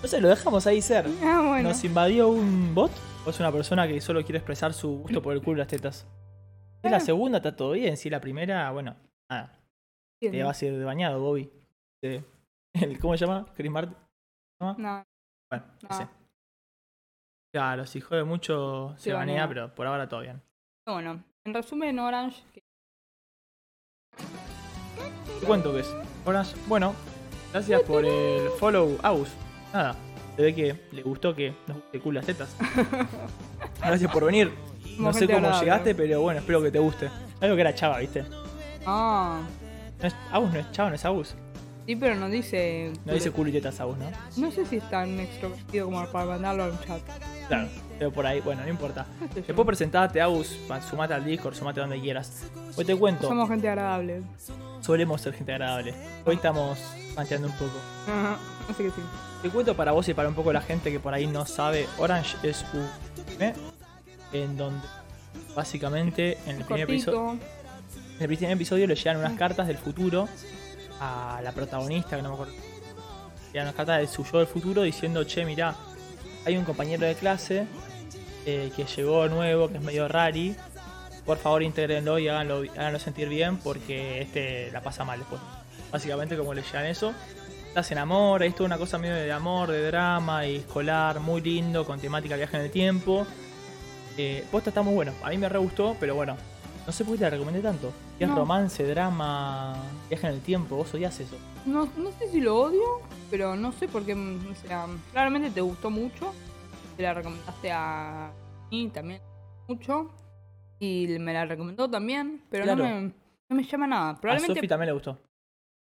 Speaker 1: No sé, lo dejamos ahí ser.
Speaker 3: Ah, bueno.
Speaker 1: ¿Nos invadió un bot? ¿O es una persona que solo quiere expresar su gusto por el culo y las tetas? Si es la
Speaker 3: Ah.
Speaker 1: segunda, está todo bien. Si es la primera, bueno, nada. Te
Speaker 3: Entiendo.
Speaker 1: vas a ir de bañado, Bobby. Eh, el- ¿Cómo se llama? Chris Martin.
Speaker 3: No,
Speaker 1: Bueno, no
Speaker 3: Ah.
Speaker 1: sé. Claro, si jode mucho se
Speaker 3: Se
Speaker 1: banea,
Speaker 3: banea.
Speaker 1: pero por ahora todo bien.
Speaker 3: pero bueno. En resumen, Orange. que-
Speaker 1: Te cuento que es. Orange, bueno, gracias por el follow, Aus. Nada, se ve que le gustó que nos guste cool las tetas. Gracias por venir. No
Speaker 3: Somos
Speaker 1: sé
Speaker 3: gente
Speaker 1: cómo
Speaker 3: agradable.
Speaker 1: llegaste, pero bueno, espero que te guste. Algo que era chava, ¿viste? No
Speaker 3: Ah.
Speaker 1: es, Aus no es chava, no es Aus.
Speaker 3: Sí, pero no dice.
Speaker 1: No dice culo y tetas Aus, ¿no?
Speaker 3: No sé si es tan extrovertido como para mandarlo al chat.
Speaker 1: Claro, pero por ahí, bueno, no importa.
Speaker 3: No sé yo.
Speaker 1: Después presentarte, Aus, pa- sumate al Discord, sumate donde quieras. Hoy te cuento.
Speaker 3: Somos gente agradable.
Speaker 1: solemos ser gente agradable. Hoy estamos manteando un poco.
Speaker 3: Ajá, Así que sí.
Speaker 1: Te cuento para vos y para un poco la gente que por ahí no sabe, Orange es un anime en donde básicamente en el primer, episodio,
Speaker 3: Cortito.
Speaker 1: en el primer episodio le llegan unas cartas del futuro a la protagonista, que no me acuerdo. Le llegan unas cartas de su yo del futuro diciendo, che, mirá, hay un compañero de clase eh, que llegó nuevo, que es medio rari. Por favor, intégrenlo y háganlo, háganlo sentir bien porque este la pasa mal después. Básicamente, como le llegan eso, la se enamora. Esto es una cosa medio de amor, de drama y escolar, muy lindo, con temática viaje en el tiempo. Eh, posta está muy bueno. A mí me re gustó, pero bueno, no sé por qué te la recomendé tanto. Que es
Speaker 3: No.
Speaker 1: romance, drama, viaje en el tiempo. Vos odias eso.
Speaker 3: No, no sé si lo odio, pero no sé por qué. mm, O sea, claramente te gustó mucho. Te la recomendaste a mí también mucho. Y me la recomendó también, pero no,
Speaker 1: Claro.
Speaker 3: me, no me llama nada.
Speaker 1: A Sofi
Speaker 3: Probablemente,
Speaker 1: también le gustó.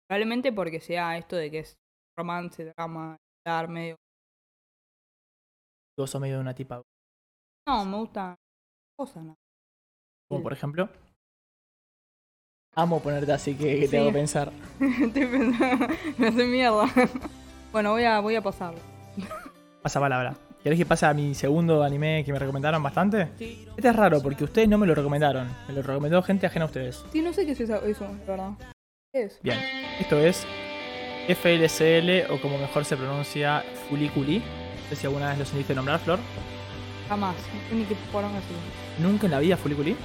Speaker 3: probablemente porque sea esto de que es romance, drama, estar medio.
Speaker 1: Vos sos medio de una tipa.
Speaker 3: No, me gustan cosas. ¿no?
Speaker 1: Como por ejemplo. Amo ponerte así que, que te
Speaker 3: Sí.
Speaker 1: hago pensar.
Speaker 3: Estoy pensando. Me hace mierda. bueno, voy a, voy a pasarlo.
Speaker 1: Pasa palabra. ¿Querés que pase a mi segundo anime que me recomendaron bastante?
Speaker 3: Sí.
Speaker 1: Este es raro porque ustedes no me lo recomendaron. Me lo recomendó gente ajena a ustedes.
Speaker 3: Sí, no sé qué es eso, eso la verdad. ¿Qué es?
Speaker 1: Bien, esto es FLCL o como mejor se pronuncia Fuliculi. No sé si alguna vez lo sentiste nombrar, Flor.
Speaker 3: Jamás. No sé Ni que fueron así.
Speaker 1: Nunca en la vida Fuliculi.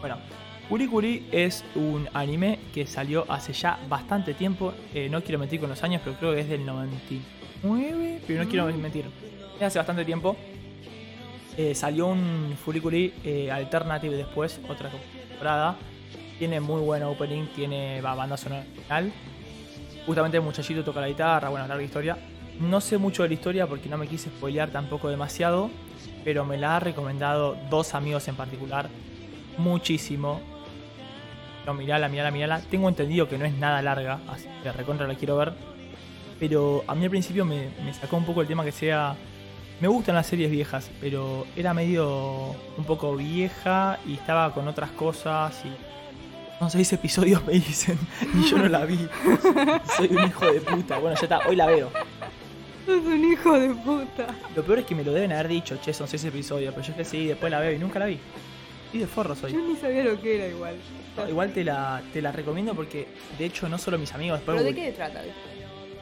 Speaker 1: Bueno, Fuliculi es un anime que salió hace ya bastante tiempo. Eh, no quiero mentir con los años, pero creo que es del 99, pero no quiero
Speaker 3: Mm.
Speaker 1: mentir. hace bastante tiempo. Eh, salió un Furikuri eh, Alternative después, otra temporada. Tiene muy buen opening, tiene va, banda sonora final. Justamente el muchachito toca la guitarra, bueno, larga historia. No sé mucho de la historia porque no me quise spoilear tampoco demasiado, pero me la ha recomendado dos amigos en particular muchísimo. No, mirala, mirala, mirala. Tengo entendido que no es nada larga, así que recontra la quiero ver. Pero a mí al principio me, me sacó un poco el tema que sea me gustan las series viejas, pero era medio un poco vieja y estaba con otras cosas y son seis episodios me dicen y yo no la vi. Soy un hijo de puta. Bueno, ya está, hoy la veo.
Speaker 3: Sos un hijo de puta.
Speaker 1: Lo peor es que me lo deben haber dicho, che, son seis episodios, pero yo es que sí, después la veo y nunca la vi. Y de forro soy.
Speaker 3: Yo ni sabía lo que era igual.
Speaker 1: No, Ah, igual te la, te la recomiendo porque, de hecho, no solo mis amigos, después...
Speaker 3: ¿Pero de
Speaker 1: Google-
Speaker 3: qué trata?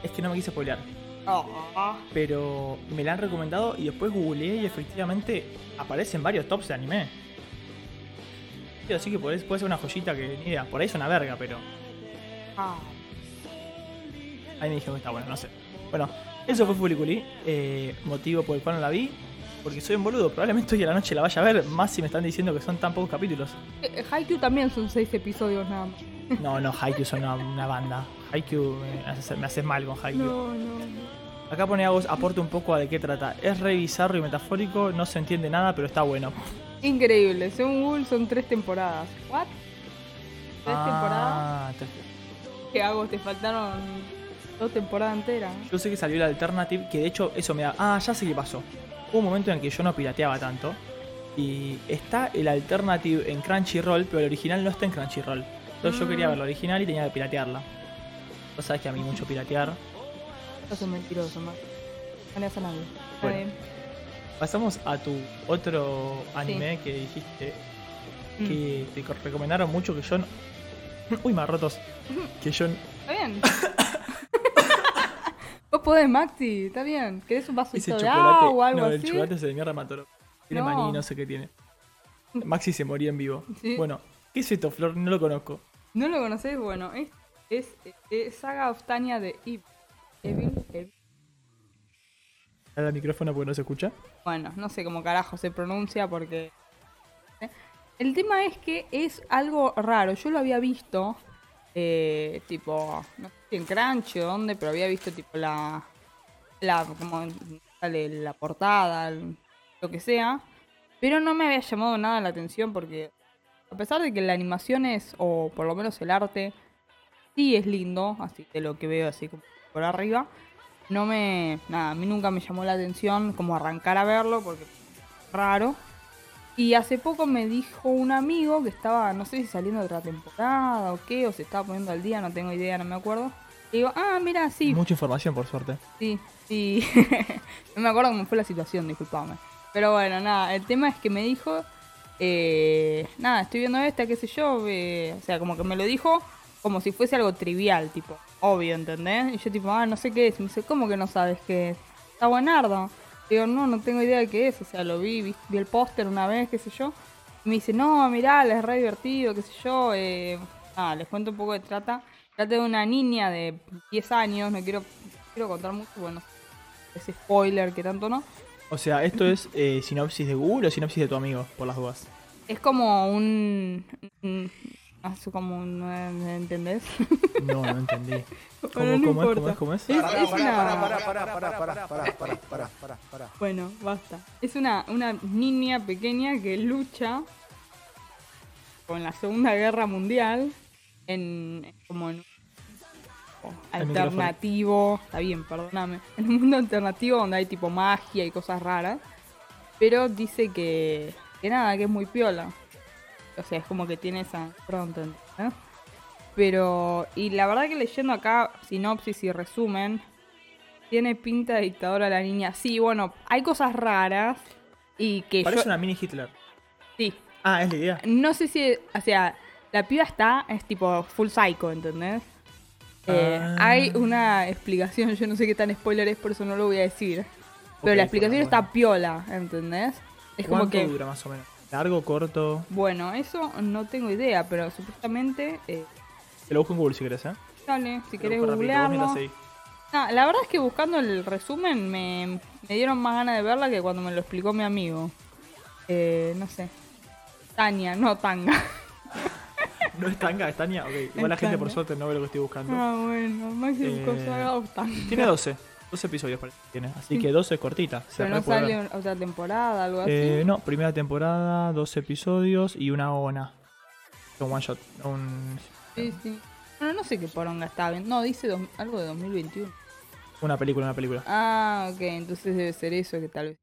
Speaker 1: Es que no me quise spoilear.
Speaker 3: Oh.
Speaker 1: pero me la han recomendado y después googleé y efectivamente aparecen varios tops de anime. Sí, Así que puede, puede ser una joyita que ni idea. Por ahí es una verga, pero
Speaker 3: Ah.
Speaker 1: ahí me dijeron que está bueno, no sé. Bueno, eso fue Fuliculi, eh, motivo por el cual no la vi. Porque soy un boludo, probablemente hoy a la noche la vaya a ver, más si me están diciendo que son tan pocos capítulos.
Speaker 3: Eh, Haikyuu también son seis episodios nada más.
Speaker 1: No, no, Haikyuu son una, una banda. Haikyuu eh, me hace, me hace mal con Haikyuu.
Speaker 3: No, no. no.
Speaker 1: Acá pone Agos, aporte un poco a de qué trata. Es re bizarro y metafórico, no se entiende nada, pero está bueno.
Speaker 3: Increíble. Según Google son tres temporadas. ¿What? Tres temporadas.
Speaker 1: Ah, tres-
Speaker 3: ¿Qué hago? Te faltaron dos temporadas enteras.
Speaker 1: Yo sé que salió la Alternative, que de hecho eso me da. Ah, ya sé qué pasó. Hubo un momento en el que yo no pirateaba tanto. Y está el Alternative en Crunchyroll, pero el original no está en Crunchyroll. Entonces yo
Speaker 3: Mm.
Speaker 1: quería ver la original y tenía que piratearla. Vos sabés que a mí mucho piratear.
Speaker 3: Eso es mentiroso, Max. No le hace a nadie. Está
Speaker 1: Bueno,
Speaker 3: bien.
Speaker 1: Pasamos a tu otro anime que dijiste
Speaker 3: Mm.
Speaker 1: que te co- recomendaron mucho que yo no... Uy, marrotos. Que yo no-
Speaker 3: Mm. Está bien. Vos podés, Maxi, está bien. ¿Querés un
Speaker 1: ese
Speaker 3: vasito de
Speaker 1: chocolate.
Speaker 3: agua o algo
Speaker 1: no, el
Speaker 3: así?
Speaker 1: chocolate se de mierda mató. Tiene
Speaker 3: No.
Speaker 1: maní, no sé qué tiene. Maxi se moría en vivo.
Speaker 3: Sí.
Speaker 1: Bueno, ¿qué es esto, Flor? No lo conozco.
Speaker 3: No lo conocés, bueno, es, es, es Saga of Tanya de Evil. Evil, Evil.
Speaker 1: Al micrófono porque no se escucha.
Speaker 3: Bueno, no sé cómo carajo se pronuncia porque. ¿eh? El tema es que es algo raro. Yo lo había visto, eh, tipo, no sé si en Crunchy o dónde, pero había visto, tipo, la. la como sale la portada, el- lo que sea. Pero no me había llamado nada la atención porque, a pesar de que la animación es, o por lo menos el arte, sí es lindo, así de lo que veo así como por arriba. No me. Nada, a mí nunca me llamó la atención como arrancar a verlo porque es raro. Y hace poco me dijo un amigo que estaba, no sé si saliendo otra temporada o qué, o se estaba poniendo al día, no tengo idea, no me acuerdo. Y digo, ah, mira, sí,
Speaker 1: Mucha información, por suerte.
Speaker 3: Sí, sí. no me acuerdo cómo fue la situación, disculpame. Pero bueno, nada, el tema es que me dijo, eh, nada, estoy viendo esta, qué sé yo, eh, o sea, como que me lo dijo como si fuese algo trivial, tipo, obvio, ¿entendés? Y yo tipo, ah, no sé qué es, y me dice, ¿cómo que no sabes qué es? Está buenardo. Digo, no, no tengo idea de qué es, o sea, lo vi, vi, vi el póster una vez, qué sé yo. Y me dice, no, mirá, es re divertido, qué sé yo. Eh, nada, les cuento un poco de trata. Trata de una niña de 10 años, no quiero, no quiero contar mucho, bueno, ese spoiler que tanto no.
Speaker 1: O sea, esto es eh, sinopsis de Google o sinopsis de tu amigo, por las dudas.
Speaker 3: Es como un... un- no sé, como un... ¿Entendés?
Speaker 1: No, no entendí. ¿Cómo,
Speaker 3: Bueno,
Speaker 1: cómo es,
Speaker 3: no
Speaker 1: cómo
Speaker 3: importa.
Speaker 1: es, cómo es?
Speaker 3: Es- es una-
Speaker 2: pará, pará, pará, pará, pará, pará, pará, pará.
Speaker 3: Bueno, basta. Es una, una niña pequeña que lucha con la Segunda Guerra Mundial en como en un
Speaker 1: El micrófono.
Speaker 3: alternativo, está bien, perdóname, en un mundo alternativo donde hay tipo magia y cosas raras, pero dice que, que nada, que es muy piola. O sea, es como que tiene esa pronto, ¿entendés? Pero, y la verdad que leyendo acá sinopsis y resumen, tiene pinta de dictadora la niña. Sí, bueno, hay cosas raras y que
Speaker 1: Parece
Speaker 3: yo...
Speaker 1: una mini Hitler.
Speaker 3: Sí,
Speaker 1: Ah, es la idea.
Speaker 3: no sé si, o sea, la piba está, es tipo full psycho, ¿entendés? Eh,
Speaker 1: Ah.
Speaker 3: Hay una explicación, yo no sé qué tan spoiler es, por eso no lo voy a decir. Pero
Speaker 1: Ok,
Speaker 3: la explicación
Speaker 1: bueno,
Speaker 3: está
Speaker 1: bueno.
Speaker 3: piola, ¿entendés? Es como
Speaker 1: ¿Cuánto
Speaker 3: que...
Speaker 1: dura más o menos? ¿Largo, corto?
Speaker 3: Bueno, eso no tengo idea, pero supuestamente... eh,
Speaker 1: Te lo busco en Google si querés, ¿eh?
Speaker 3: dale,
Speaker 1: Te
Speaker 3: si
Speaker 1: lo
Speaker 3: querés
Speaker 1: busco rapidito, vos mientras
Speaker 3: googlearlo...
Speaker 1: seguí.
Speaker 3: No, la verdad es que buscando el resumen me, me dieron más ganas de verla que cuando me lo explicó mi amigo. Eh, no sé. Tania, no Tanga.
Speaker 1: No es tanga, es Tania. ok. Igual
Speaker 3: Es
Speaker 1: la gente por
Speaker 3: Tania.
Speaker 1: suerte no ve lo que estoy buscando.
Speaker 3: Ah, bueno, Maxi buscó
Speaker 1: Eh,
Speaker 3: Saga of Tanga.
Speaker 1: Tiene 12. 12 episodios parece que tiene. Así que 12 es cortita. se
Speaker 3: Pero
Speaker 1: re
Speaker 3: no
Speaker 1: puede ver.
Speaker 3: sale otra temporada, algo así.
Speaker 1: Eh, no, primera temporada, 12 episodios y una ONA. Un one shot. un-
Speaker 3: Sí, sí. Bueno, no sé qué poronga está bien. No, dice dos- algo de 2021.
Speaker 1: una película, una película.
Speaker 3: Ah, ok, entonces debe ser eso que tal vez.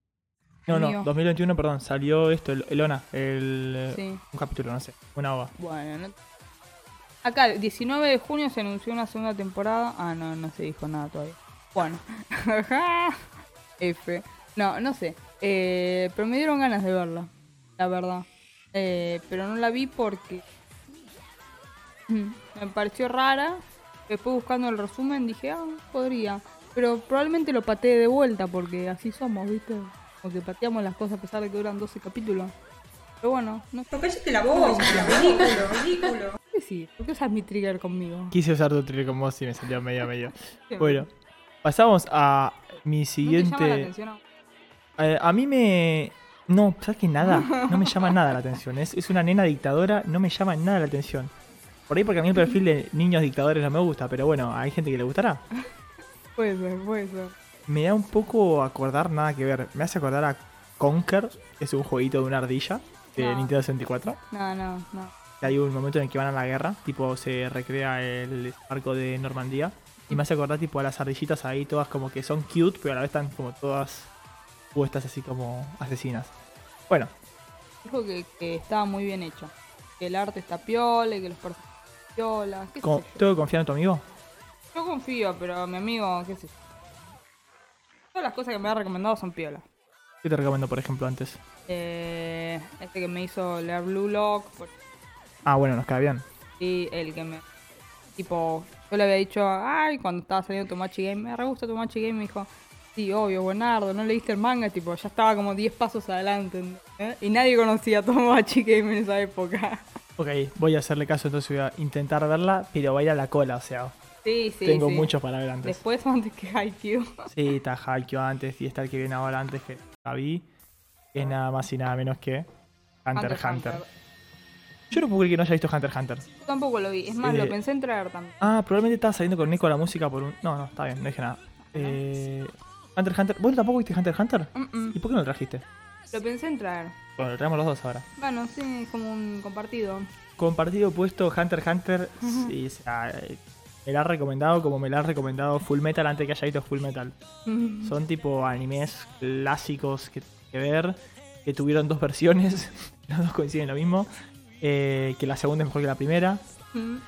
Speaker 1: No, no,
Speaker 3: mío.
Speaker 1: 2021, perdón. Salió esto, el, el ONA. El,
Speaker 3: Sí.
Speaker 1: Un capítulo, no sé. Una OVA.
Speaker 3: Bueno, no- Acá, el 19 de junio se anunció una segunda temporada. Ah, no, no se dijo nada todavía. Bueno. Ajá. F. No, no sé. Eh, pero me dieron ganas de verla, la verdad. Eh, pero no la vi porque mm, me pareció rara. Después buscando el resumen dije, ah, podría. Pero probablemente lo pateé de vuelta porque así somos, ¿viste? Porque pateamos las cosas a pesar de que duran 12 capítulos. Pero bueno, no
Speaker 4: Pero cállate la boca, ridículo, ridículo.
Speaker 3: ¿Por qué sí? ¿Por qué usas mi trigger conmigo?
Speaker 1: Quise usar tu trailer con vos y me salió medio, medio. Bueno, pasamos a mi
Speaker 3: ¿No te llama la
Speaker 1: siguiente.
Speaker 3: atención a-
Speaker 1: Eh, a mí me. No, ¿sabes qué? Nada. No me llama nada la atención. Es, es una nena dictadora, no me llama nada la atención. Por ahí porque a mí el perfil de niños dictadores no me gusta, pero bueno, hay gente que le gustará.
Speaker 3: Puede ser, puede ser.
Speaker 1: Me da un poco acordar nada que ver. Me hace acordar a Conker, que es un jueguito de una ardilla de
Speaker 3: No.
Speaker 1: Nintendo 64.
Speaker 3: No, no, no.
Speaker 1: que Hay un momento en el que van a la guerra, tipo se recrea el arco de Normandía. Y me hace acordar tipo a las ardillitas ahí, todas como que son cute, pero a la vez están como todas puestas así como asesinas. Bueno,
Speaker 3: Dijo que, que estaba muy bien hecho. Que el arte está piola, y que los personajes están piola. ¿Qué sé
Speaker 1: Como-
Speaker 3: yo?
Speaker 1: ¿Tengo que confiar en tu amigo?
Speaker 3: Yo confío, pero mi amigo, qué sé yo. Todas las cosas que me ha recomendado son piola.
Speaker 1: ¿Qué te recomiendo, por ejemplo, antes?
Speaker 3: Eh, este que me hizo leer Blue Lock, por-
Speaker 1: Ah, bueno, nos queda bien.
Speaker 3: y el que me. Tipo, yo le había dicho, ay, cuando estaba saliendo Tomachi Game, me re gusta Tomachi Game, me dijo, sí, obvio, buenardo, no leíste el manga, tipo, ya estaba como 10 pasos adelante. ¿entendés? Y nadie conocía a Tomachi Game en esa época.
Speaker 1: Ok, voy a hacerle caso, entonces voy a intentar verla, pero va a ir a la cola, o sea,
Speaker 3: Sí, sí.
Speaker 1: tengo
Speaker 3: sí.
Speaker 1: muchos para ver antes.
Speaker 3: Después antes que Haikyuu.
Speaker 1: Sí, está Haikyuu antes y está el que viene ahora antes que la vi. Es nada más y nada menos que Hunter x Hunter. Yo no puedo creer que no haya visto Hunter x Hunter.
Speaker 3: Yo tampoco lo vi, es más,
Speaker 1: Eh,
Speaker 3: lo pensé en traer también.
Speaker 1: Ah, probablemente estaba saliendo con Nico la música por un... No, no, está bien, no dije nada. Eh, Hunter x Hunter... ¿Vos tampoco viste Hunter x Hunter?
Speaker 3: Mm, mm,
Speaker 1: ¿Y por qué no lo trajiste?
Speaker 3: Lo pensé en traer.
Speaker 1: Bueno, lo traemos los dos ahora.
Speaker 3: Bueno, sí, es como un compartido.
Speaker 1: Compartido puesto Hunter x Hunter. sí, o sea, eh, me la ha recomendado como me la ha recomendado Full Metal antes que haya visto Full Metal.
Speaker 3: Mm.
Speaker 1: Son tipo animes clásicos que tenés que ver, que tuvieron dos versiones, las dos coinciden en lo mismo, eh, que la segunda es mejor que la primera.
Speaker 3: Mm.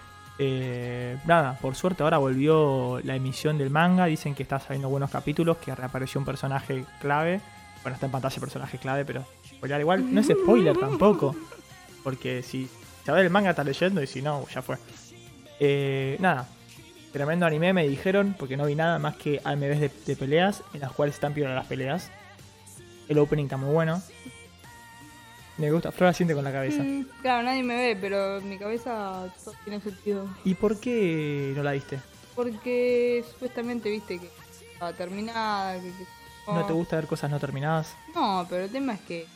Speaker 1: Eh, nada, por suerte ahora volvió la emisión del manga, dicen que está saliendo buenos capítulos, que reapareció un personaje clave. Bueno, está en pantalla el personaje clave, pero spoiler igual, no es spoiler tampoco. Porque si sabes el manga está leyendo y si no, ya fue. Eh, nada, tremendo anime me dijeron, porque no vi nada más que AMVs de, de peleas, en las cuales están piola las peleas. El opening está muy bueno. Me gusta, Flora siente con la cabeza.
Speaker 3: Mm, Claro, nadie me ve, pero en mi cabeza todo tiene sentido.
Speaker 1: ¿Y por qué no la viste?
Speaker 3: Porque supuestamente viste que estaba terminada. Que, que-
Speaker 1: ¿No te
Speaker 3: Oh.
Speaker 1: gusta ver cosas no terminadas?
Speaker 3: No, pero el tema es que.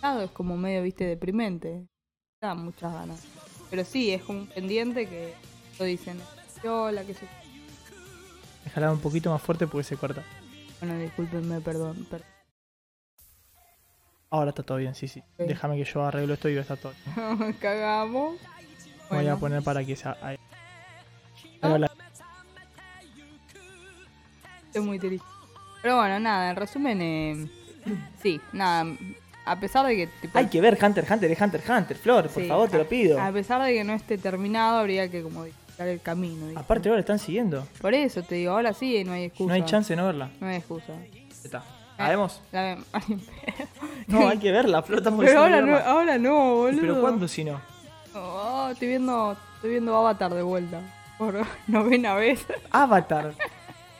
Speaker 3: Claro, es como medio, viste, deprimente. Da muchas ganas. Pero sí, es como un pendiente que lo dicen. Hola, que se.
Speaker 1: Déjala un poquito más fuerte porque se corta.
Speaker 3: Bueno, discúlpenme, perdón. per-
Speaker 1: Ahora está todo bien, sí, sí.
Speaker 3: Sí.
Speaker 1: Déjame que yo arreglo esto y va a estar todo bien.
Speaker 3: Cagamos.
Speaker 1: Me Voy a
Speaker 3: Bueno.
Speaker 1: poner para que sea... ahí.
Speaker 3: Ah.
Speaker 1: Ahí va la-
Speaker 3: Estoy muy triste. Pero bueno, nada, en resumen, eh, sí, nada. A pesar de que. tipo,
Speaker 1: Hay que ver Hunter, Hunter, es Hunter, Hunter, Flor, por
Speaker 3: sí, Ah,
Speaker 1: favor, te
Speaker 3: a-
Speaker 1: lo pido.
Speaker 3: A pesar de que no esté terminado, habría que como disfrutar el camino. ¿viste?
Speaker 1: Aparte ahora están siguiendo.
Speaker 3: Por eso te digo, ahora sí, no hay excusa.
Speaker 1: No hay chance de no verla.
Speaker 3: No hay excusa.
Speaker 1: Está.
Speaker 3: Ah.
Speaker 1: ¿La vemos?
Speaker 3: La vemos. Ay, pero-
Speaker 1: No, hay que verla, Flor, estamos
Speaker 3: Pero ahora
Speaker 1: diciendo
Speaker 3: no,
Speaker 1: verla.
Speaker 3: ahora no, boludo.
Speaker 1: Pero ¿cuándo si no?
Speaker 3: Oh, estoy viendo, estoy viendo Avatar de vuelta. Por novena vez.
Speaker 1: Avatar.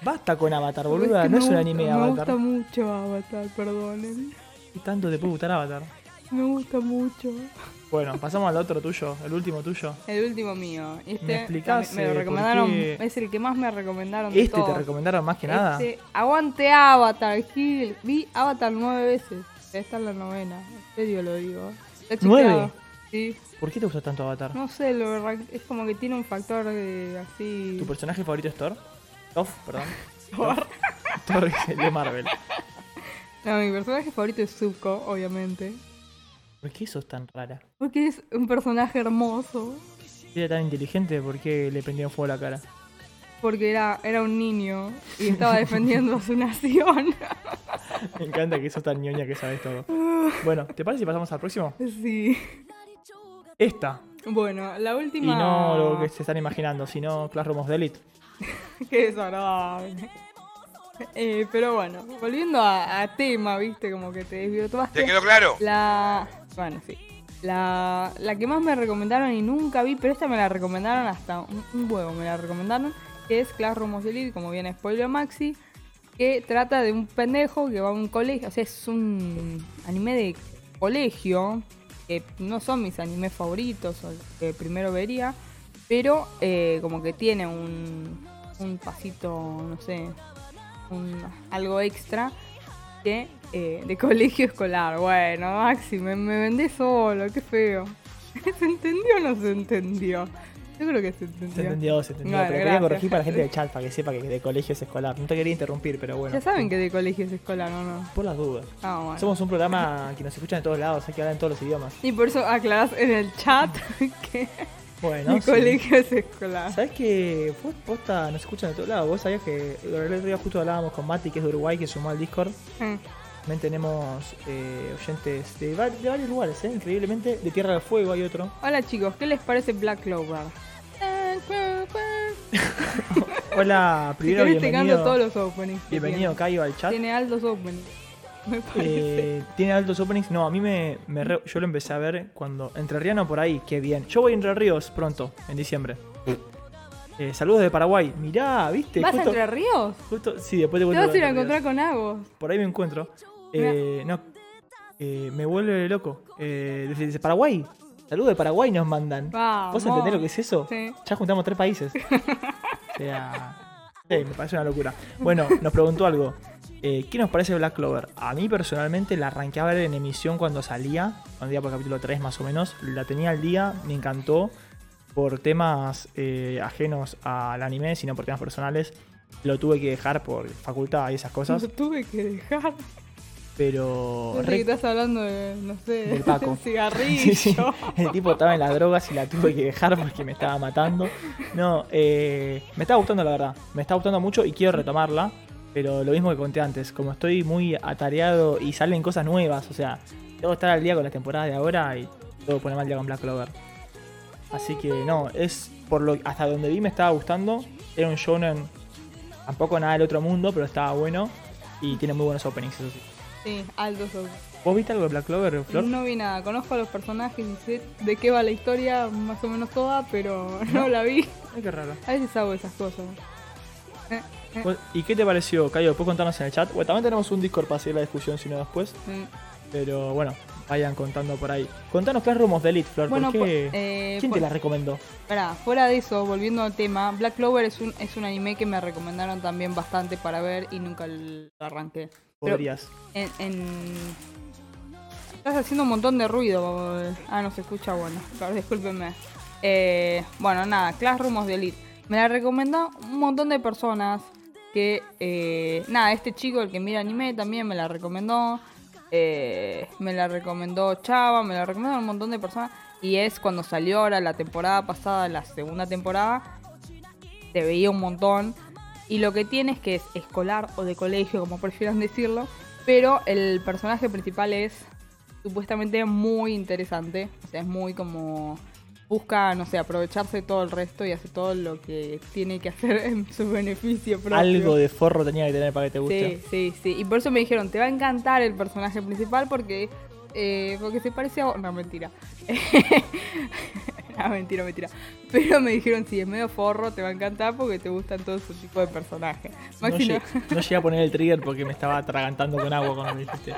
Speaker 1: Basta con Avatar,
Speaker 3: Es
Speaker 1: boluda.
Speaker 3: que
Speaker 1: No
Speaker 3: me
Speaker 1: es un
Speaker 3: gusta-
Speaker 1: anime
Speaker 3: Me
Speaker 1: Avatar.
Speaker 3: gusta mucho Avatar, perdonen.
Speaker 1: ¿Qué tanto te puede gustar Avatar?
Speaker 3: Me gusta mucho.
Speaker 1: Bueno, pasamos al otro tuyo, el último tuyo.
Speaker 3: El último mío. y Este
Speaker 1: ¿Me explicás,
Speaker 3: me, me
Speaker 1: eh,
Speaker 3: lo
Speaker 1: por
Speaker 3: recomendaron.
Speaker 1: qué-
Speaker 3: Es el que más me recomendaron. de
Speaker 1: Este te
Speaker 3: todos.
Speaker 1: recomendaron más que nada.
Speaker 3: Este, aguante Avatar, Gil. Vi Avatar nueve veces. Esta es la novena. En serio lo digo. Está chequeado.
Speaker 1: ¿Nueve?
Speaker 3: Sí.
Speaker 1: ¿Por qué te gusta tanto Avatar?
Speaker 3: No sé, lo arran- es como que tiene un factor de así.
Speaker 1: ¿Tu personaje favorito es Thor? Thor, perdón. Thor es el de Marvel.
Speaker 3: No, mi personaje favorito es Zuko, obviamente.
Speaker 1: ¿Por qué sos tan rara?
Speaker 3: Porque es un personaje hermoso.
Speaker 1: Si era tan inteligente, ¿por qué le prendieron fuego a la cara?
Speaker 3: Porque era, era un niño y estaba defendiendo su nación.
Speaker 1: Me encanta que sos tan ñoña que sabes todo. Bueno, ¿te parece si pasamos al próximo?
Speaker 3: sí.
Speaker 1: Esta.
Speaker 3: Bueno, la
Speaker 1: Y
Speaker 3: última.
Speaker 1: no lo que se están imaginando, sino Classroom of the Elite.
Speaker 3: Qué desagradable. Eh, pero bueno, volviendo a, a tema, viste, como que te desvió
Speaker 5: ¿Te quedó claro?
Speaker 3: La. Bueno, sí. La, la que más me recomendaron y nunca vi, pero esta me la recomendaron hasta un, un huevo, me la recomendaron, que es Classroom of the Elite, como viene spoiler Maxi, que trata de un pendejo que va a un colegio, o sea, es un anime de colegio, que no son mis animes favoritos, o el que primero vería, pero eh, como que tiene un, un pasito, no sé, un- algo extra que eh, de colegio escolar. Bueno, Maxi, me, me vendé solo, qué feo. ¿Se entendió o no se entendió? Yo creo que se entendió.
Speaker 1: Se entendió, se entendió.
Speaker 3: Bueno,
Speaker 1: pero quería
Speaker 3: gracias.
Speaker 1: corregir para la gente de chat, para que sepa que de colegio es escolar. No te quería interrumpir, pero bueno.
Speaker 3: Ya saben que de colegio es escolar, ¿o no?
Speaker 1: Por las dudas.
Speaker 3: Ah, bueno.
Speaker 1: Somos un programa que nos escuchan de todos lados, hay que hablar en todos los idiomas.
Speaker 3: Y por eso aclarás en el chat que
Speaker 1: Bueno,
Speaker 3: de
Speaker 1: sí.
Speaker 3: colegio es escolar.
Speaker 1: ¿Sabes que fue posta? Nos escuchan de todos lados. Vos sabías que el otro día justo hablábamos con Mati, que es de Uruguay, que sumó al Discord.
Speaker 3: Mm.
Speaker 1: También tenemos eh, oyentes de, va- de varios lugares, ¿eh? increíblemente. De Tierra del Fuego hay otro.
Speaker 3: Hola chicos, ¿qué les parece Black Clover? Black Clover.
Speaker 1: Hola,
Speaker 3: Si
Speaker 1: primero
Speaker 3: querés te
Speaker 1: bienvenido.
Speaker 3: canto todos los openings. que
Speaker 1: Bienvenido, Caio, al
Speaker 3: tiene.
Speaker 1: chat.
Speaker 3: Tiene altos openings. Me parece.
Speaker 1: Eh, ¿Tiene altos openings? No, a mí me, me re- yo lo empecé a ver cuando Entre Riano por ahí, qué bien. Yo voy a Entre Ríos pronto, en diciembre. Eh, saludos de Paraguay. Mirá, viste.
Speaker 3: ¿Vas a
Speaker 1: Justo-
Speaker 3: Entre Ríos?
Speaker 1: justo- sí, después te cuento
Speaker 3: Te
Speaker 1: lo
Speaker 3: vas a
Speaker 1: de
Speaker 3: ir a
Speaker 1: Entre Ríos.
Speaker 3: encontrar con Agos.
Speaker 1: por ahí me encuentro. Eh, no, eh, me vuelve loco. Eh, desde, desde Paraguay. Saludos de Paraguay nos mandan.
Speaker 3: Vamos.
Speaker 1: ¿Vos entendés lo que es eso?
Speaker 3: Sí.
Speaker 1: Ya juntamos tres países. o sea. sí, me parece una locura. Bueno, nos preguntó algo. Eh, ¿Qué nos parece Black Clover? A mí personalmente la arranqué a ver en emisión cuando salía, cuando iba por el capítulo 3 más o menos. La tenía al día, me encantó. Por temas eh, ajenos al anime, sino por temas personales, lo tuve que dejar por facultad y esas cosas.
Speaker 3: Lo tuve que dejar.
Speaker 1: Pero.
Speaker 3: Pensé
Speaker 1: Oh, re-
Speaker 3: que estás hablando de, no sé,
Speaker 1: Del Paco.
Speaker 3: cigarrillo.
Speaker 1: Sí, sí. El tipo estaba en las drogas y la tuve que dejar porque me estaba matando. No, eh, me está gustando la verdad. Me está gustando mucho y quiero retomarla. Pero lo mismo que conté antes, como estoy muy atareado y salen cosas nuevas, o sea, tengo que estar al día con las temporadas de ahora y tengo que ponerme al día con Black Clover. Así que no, es por lo hasta donde vi me estaba gustando. Era un shonen, tampoco nada del otro mundo, pero estaba bueno y tiene muy buenos openings, eso sí.
Speaker 3: Sí, alto sobre.
Speaker 1: ¿Vos viste algo de Black Clover, Flor?
Speaker 3: No vi nada, conozco a los personajes y sé de qué va la historia, más o menos toda, pero no la vi.
Speaker 1: Ay, qué raro.
Speaker 3: A veces hago esas cosas. Eh, eh,
Speaker 1: Pues, ¿Y qué te pareció, Cayo? Puedes contarnos en el chat. Bueno, también tenemos un Discord para seguir la discusión, si no después.
Speaker 3: eh.
Speaker 1: Pero bueno, vayan contando por ahí. Contanos Classroom of the Elite, Flor. ¿por
Speaker 3: Bueno,
Speaker 1: qué?
Speaker 3: pues, eh,
Speaker 1: ¿Quién
Speaker 3: pues-
Speaker 1: te la recomendó?
Speaker 3: Pará, fuera de eso, volviendo al tema, Black Clover es un, es un anime que me recomendaron también bastante para ver y nunca lo arranqué. Pero-
Speaker 1: Podrías.
Speaker 3: En, en- Estás haciendo un montón de ruido. Ah, no se escucha, bueno. Claro, discúlpenme. Eh, bueno, nada, Classroom of the Elite. Me la recomendó un montón de personas que... eh, nada, este chico, el que mira anime, también me la recomendó. Eh, me la recomendó Chava, me la recomendó un montón de personas. Y es cuando salió ahora la temporada pasada, la segunda temporada. Se veía un montón. Y lo que tiene es que es escolar o de colegio, como prefieran decirlo. Pero el personaje principal es supuestamente muy interesante. O sea, es muy como. Busca, no sé, aprovecharse de todo el resto y hace todo lo que tiene que hacer en su beneficio propio.
Speaker 1: Algo de forro tenía que tener para que te
Speaker 3: eh, Sí,
Speaker 1: guste.
Speaker 3: sí, sí. Y por eso me dijeron, te va a encantar el personaje principal porque, eh, porque se parece a vos. No, mentira. No, mentira, mentira. Pero me dijeron, si es medio forro, te va a encantar porque te gustan todo ese tipo de personajes.
Speaker 1: No,
Speaker 3: Maxi, no.
Speaker 1: lle- no llegué a poner el trigger porque me estaba atragantando con agua cuando me dijiste.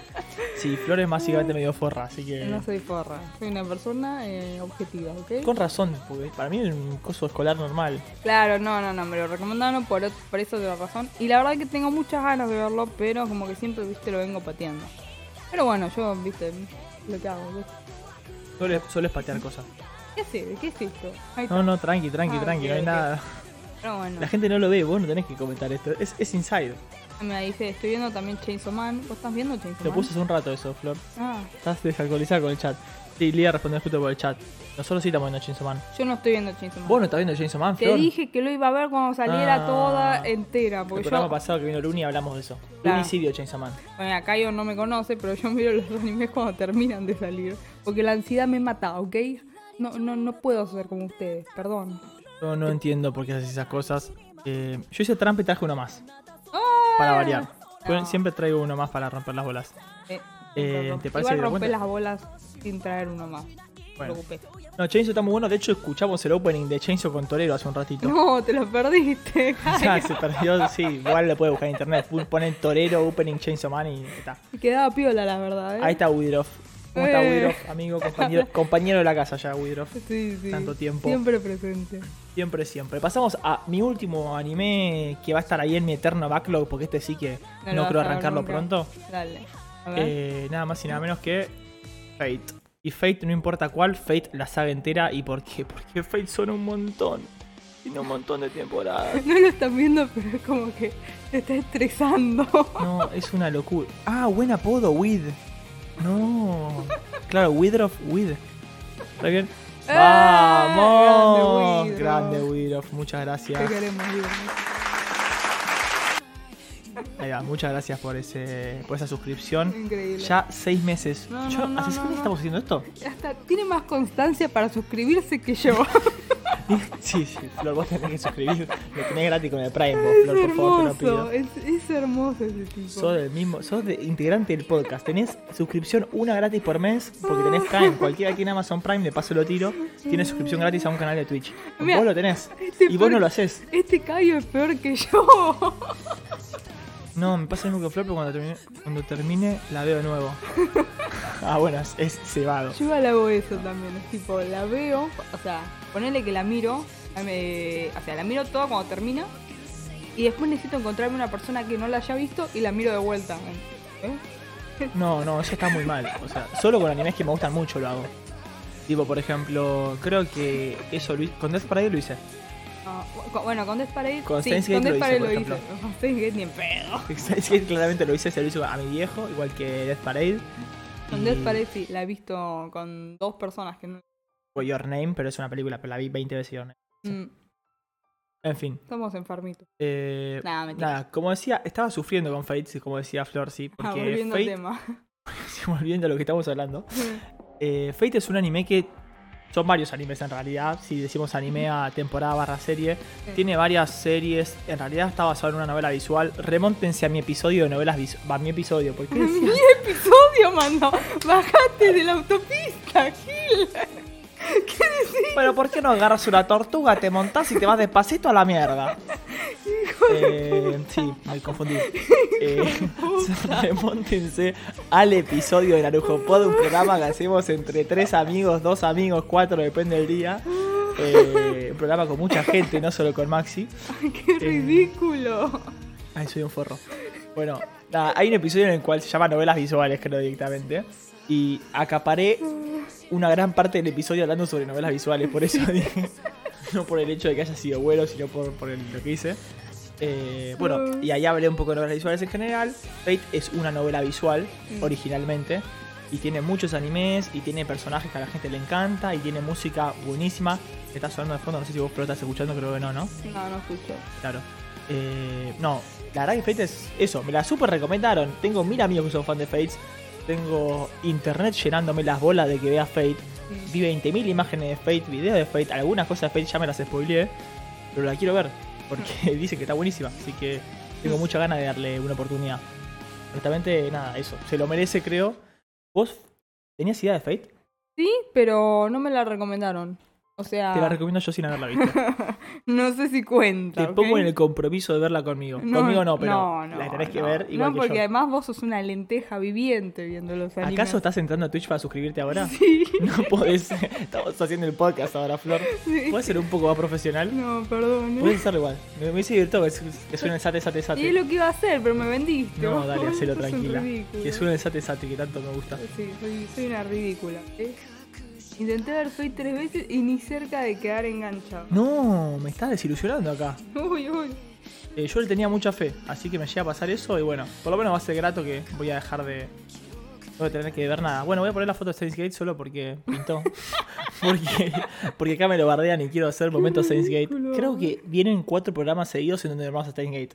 Speaker 1: Sí, Flor es básicamente medio forra, así que.
Speaker 3: No soy forra. Soy una persona eh, objetiva, ¿ok?
Speaker 1: Con razón, porque para mí es un coso escolar normal.
Speaker 3: Claro, no, no, no, me lo recomendaron por, ot- por eso de la razón. Y la verdad que tengo muchas ganas de verlo, pero como que siempre, viste, lo vengo pateando. Pero bueno, yo, viste, lo que hago. ¿viste?
Speaker 1: Suele, sueles patear cosas.
Speaker 3: ¿Qué haces? ¿Qué es esto? Ahí está.
Speaker 1: No, no, tranqui, tranqui,
Speaker 3: Ah,
Speaker 1: tranqui,
Speaker 3: ok,
Speaker 1: no hay
Speaker 3: ok.
Speaker 1: nada.
Speaker 3: Pero bueno,
Speaker 1: Ah. La gente no lo ve, vos no tenés que comentar esto. Es, es inside.
Speaker 3: me dice, estoy viendo también Chainsaw Man. ¿Vos estás viendo Chainsaw
Speaker 1: Lo
Speaker 3: Man?
Speaker 1: puse hace un rato eso, Flor.
Speaker 3: Ah,
Speaker 1: Estás desactualizada con el chat. Sí, Lía respondió justo por el chat. Nosotros sí estamos viendo Chainsaw Man.
Speaker 3: yo no estoy viendo Chainsaw Man.
Speaker 1: ¿Vos no estás viendo Chainsaw Man,
Speaker 3: Te
Speaker 1: Flor?
Speaker 3: dije que lo iba a ver cuando saliera
Speaker 1: Ah.
Speaker 3: toda entera.
Speaker 1: el
Speaker 3: Porque
Speaker 1: programa
Speaker 3: yo.
Speaker 1: pasado que vino Luni hablamos de eso.
Speaker 3: Claro.
Speaker 1: Luni sí vio Chainsaw Man.
Speaker 3: Bueno, acá yo no me conoce, pero yo miro los animes cuando terminan de salir. Porque la ansiedad me mata, ¿ok? No, no, no puedo ser como ustedes, perdón.
Speaker 1: Yo no entiendo por qué haces esas cosas. Eh, yo hice trampa y traje uno más.
Speaker 3: Ah.
Speaker 1: Para variar. Yo
Speaker 3: No.
Speaker 1: Siempre traigo uno más para romper las bolas.
Speaker 3: Eh,
Speaker 1: Eh,
Speaker 3: perdón.
Speaker 1: ¿te parece que
Speaker 3: Igual
Speaker 1: te
Speaker 3: rompe
Speaker 1: cuente?
Speaker 3: las bolas sin traer uno más.
Speaker 1: Bueno.
Speaker 3: No te preocupes.
Speaker 1: No, Chainsaw está muy bueno. De hecho, escuchamos el opening de Chainsaw con Torero hace un ratito.
Speaker 3: No, te lo perdiste.
Speaker 1: O sea, se perdió. Sí, igual lo puede buscar en internet. Pu- Ponen Torero, opening Chainsaw Man y está.
Speaker 3: Quedaba piola, la verdad, ¿eh?
Speaker 1: Ahí está Widroff. ¿Cómo está
Speaker 3: Eh.
Speaker 1: Widroff, amigo? Compañero, compañero de la casa ya, Widroff.
Speaker 3: Sí, sí.
Speaker 1: Tanto tiempo.
Speaker 3: Siempre presente.
Speaker 1: Siempre, siempre. Pasamos a mi último anime que va a estar ahí en mi eterno backlog, porque este sí que no,
Speaker 3: No lo vas
Speaker 1: creo
Speaker 3: a ver
Speaker 1: arrancarlo
Speaker 3: nunca.
Speaker 1: pronto.
Speaker 3: Dale. A ver.
Speaker 1: Eh, nada más y nada menos que Fate. Y Fate, no importa cuál, Fate la saga entera. ¿Y por qué? Porque Fate son un montón. Tiene un montón de temporadas.
Speaker 3: No lo están viendo, pero es como que te está estresando.
Speaker 1: No, es una locura. Ah, buen apodo, Weed. No. Claro, Widroff, Weed. ¿Está bien?
Speaker 3: ¡Eh!
Speaker 1: ¡Vamos!
Speaker 3: Grande Widroff.
Speaker 1: Grande Widroff, muchas gracias.
Speaker 3: Te queremos, digo.
Speaker 1: Ahí va, muchas gracias por, ese, por esa suscripción.
Speaker 3: Increíble.
Speaker 1: Ya seis meses.
Speaker 3: No, no,
Speaker 1: Yo,
Speaker 3: no,
Speaker 1: ¿Hace seis meses
Speaker 3: no, no.
Speaker 1: estamos haciendo esto?
Speaker 3: Hasta tiene más constancia para suscribirse que yo.
Speaker 1: Sí, sí, Flor, vos tenés que suscribir. Lo tenés gratis con el Prime, vos,
Speaker 3: es
Speaker 1: Flor, por favor, te lo pido.
Speaker 3: hermoso. Es, es hermoso ese tipo.
Speaker 1: Sos del mismo, sos de- integrante del podcast. Tenés suscripción una gratis por mes porque tenés Prime. Cualquiera aquí en Amazon Prime, de paso lo tiro, tiene suscripción gratis a un canal de Twitch.
Speaker 3: Mira,
Speaker 1: vos lo tenés.
Speaker 3: este
Speaker 1: y vos
Speaker 3: Flor-
Speaker 1: no lo haces.
Speaker 3: Este callo es peor que yo.
Speaker 1: No, me pasa lo mismo que Flor, pero cuando termine, cuando termine la veo de nuevo. Ah, bueno, es, es cebado.
Speaker 3: Yo igual hago eso también, es tipo, la veo, o sea, ponele que la miro, a me- o sea, la miro toda cuando termina, y después necesito encontrarme una persona que no la haya visto y la miro de vuelta. ¿Eh?
Speaker 1: No, no, eso está muy mal. O sea, solo con animes que me gustan mucho lo hago. Tipo, por ejemplo, creo que eso lo hi- con Death Parade lo hice.
Speaker 3: Ah, bu- bueno, con Death Parade,
Speaker 1: Con
Speaker 3: sí,
Speaker 1: Steins
Speaker 3: con
Speaker 1: Gate
Speaker 3: Death
Speaker 1: lo
Speaker 3: Parade
Speaker 1: hice,
Speaker 3: lo
Speaker 1: por
Speaker 3: hice.
Speaker 1: ejemplo.
Speaker 3: Con Steins Gate ni en pedo.
Speaker 1: Sí, claramente lo hice, se lo hice a mi viejo, igual que Death Parade.
Speaker 3: Con
Speaker 1: Y-
Speaker 3: Death Parade sí, la he visto con dos personas que no...
Speaker 1: o Your Name, pero es una película, pero la vi 20 veces Your Name.
Speaker 3: Mm,
Speaker 1: En fin.
Speaker 3: somos enfermitos.
Speaker 1: eh,
Speaker 3: Nada, mentira.
Speaker 1: nada, como decía, estaba sufriendo con Fate, sí, como decía Flor, sí,
Speaker 3: Ah,
Speaker 1: porque
Speaker 3: volviendo al
Speaker 1: Fate,
Speaker 3: tema.
Speaker 1: sí, volviendo a lo que estamos hablando, eh, Fate es un anime que son varios animes en realidad, si decimos anime a temporada barra serie, tiene varias series, en realidad está basado en una novela visual, remóntense a mi episodio de novelas visuales, a mi episodio, ¿por qué decía?
Speaker 3: Mi episodio, mano. Bajate de la autopista, Gil. ¿Qué decís?
Speaker 1: Pero ¿por qué no agarras una tortuga, te montás y te vas despacito a la mierda? Eh, sí, me confundí. Eh, remóntense al episodio de Narujo Pod, un programa que hacemos entre tres amigos, dos amigos, cuatro, depende del día. Eh, un programa con mucha gente, no solo con Maxi. Eh.
Speaker 3: Qué ridículo.
Speaker 1: Ay, soy un forro. Bueno, nada, hay un episodio en el cual se llama Novelas Visuales, creo directamente. Y acaparé una gran parte del episodio hablando sobre novelas visuales, por eso dije. No por el hecho de que haya sido bueno, sino por, por el- lo que hice. Eh, bueno, y ahí hablé un poco de novelas visuales en general. Fate es una novela visual, originalmente. Y tiene muchos animes, y tiene personajes que a la gente le encanta, y tiene música buenísima. Está sonando de fondo, no sé si vos pero estás escuchando, creo que no, ¿no?
Speaker 3: No, no escucho.
Speaker 1: Claro. Eh, no, la verdad que Fate es eso, me la super recomendaron. Tengo mil amigos que son fan de Fate. Tengo internet llenándome las bolas de que vea Fate. Vi 20.000 imágenes de Fate, videos de Fate, algunas cosas de Fate ya me las spoileé. Pero la quiero ver, porque dicen que está buenísima. Así que tengo mucha ganas de darle una oportunidad. Honestamente, nada, eso. Se lo merece, creo. ¿Vos tenías idea de Fate?
Speaker 3: Sí, pero no me la recomendaron. O sea,
Speaker 1: Te la recomiendo yo sin haberla visto.
Speaker 3: no sé si cuenta.
Speaker 1: Te
Speaker 3: ¿ok?
Speaker 1: pongo en el compromiso de verla conmigo. conmigo no, pero
Speaker 3: no, no,
Speaker 1: la tenés que
Speaker 3: no.
Speaker 1: ver igual
Speaker 3: No,
Speaker 1: que
Speaker 3: porque
Speaker 1: yo.
Speaker 3: además vos sos una lenteja viviente viendo los animes.
Speaker 1: ¿Acaso estás entrando a Twitch para suscribirte ahora?
Speaker 3: Sí.
Speaker 1: No podés. Estamos haciendo el podcast ahora, Flor.
Speaker 3: Sí.
Speaker 1: ¿Puedes ser un poco más profesional?
Speaker 3: No, perdón. ¿eh?
Speaker 1: Puedes hacerlo igual. Me, me hubiese divertido que su- que suene el sate, sate,
Speaker 3: Y es
Speaker 1: sate.
Speaker 3: lo que iba a hacer, pero me vendiste.
Speaker 1: No,
Speaker 3: vos.
Speaker 1: dale, hacelo
Speaker 3: Sos un
Speaker 1: tranquila.
Speaker 3: ridículo.
Speaker 1: Que suene el sate, sate, que tanto me gusta.
Speaker 3: Sí, soy, soy una ridícula. ¿eh? Intenté ver Soy tres veces y ni cerca de quedar enganchado.
Speaker 1: No, me estás desilusionando acá.
Speaker 3: Uy, uy.
Speaker 1: Eh, yo le tenía mucha fe, así que me llega a pasar eso y bueno, por lo menos va a ser grato que voy a dejar de... No voy a tener que ver nada. Bueno, voy a poner la foto de Saints Gate solo porque pintó. porque, porque acá me lo bardean y quiero hacer momento Saints Gate. Creo que vienen cuatro programas seguidos en donde vamos a Saints Gate.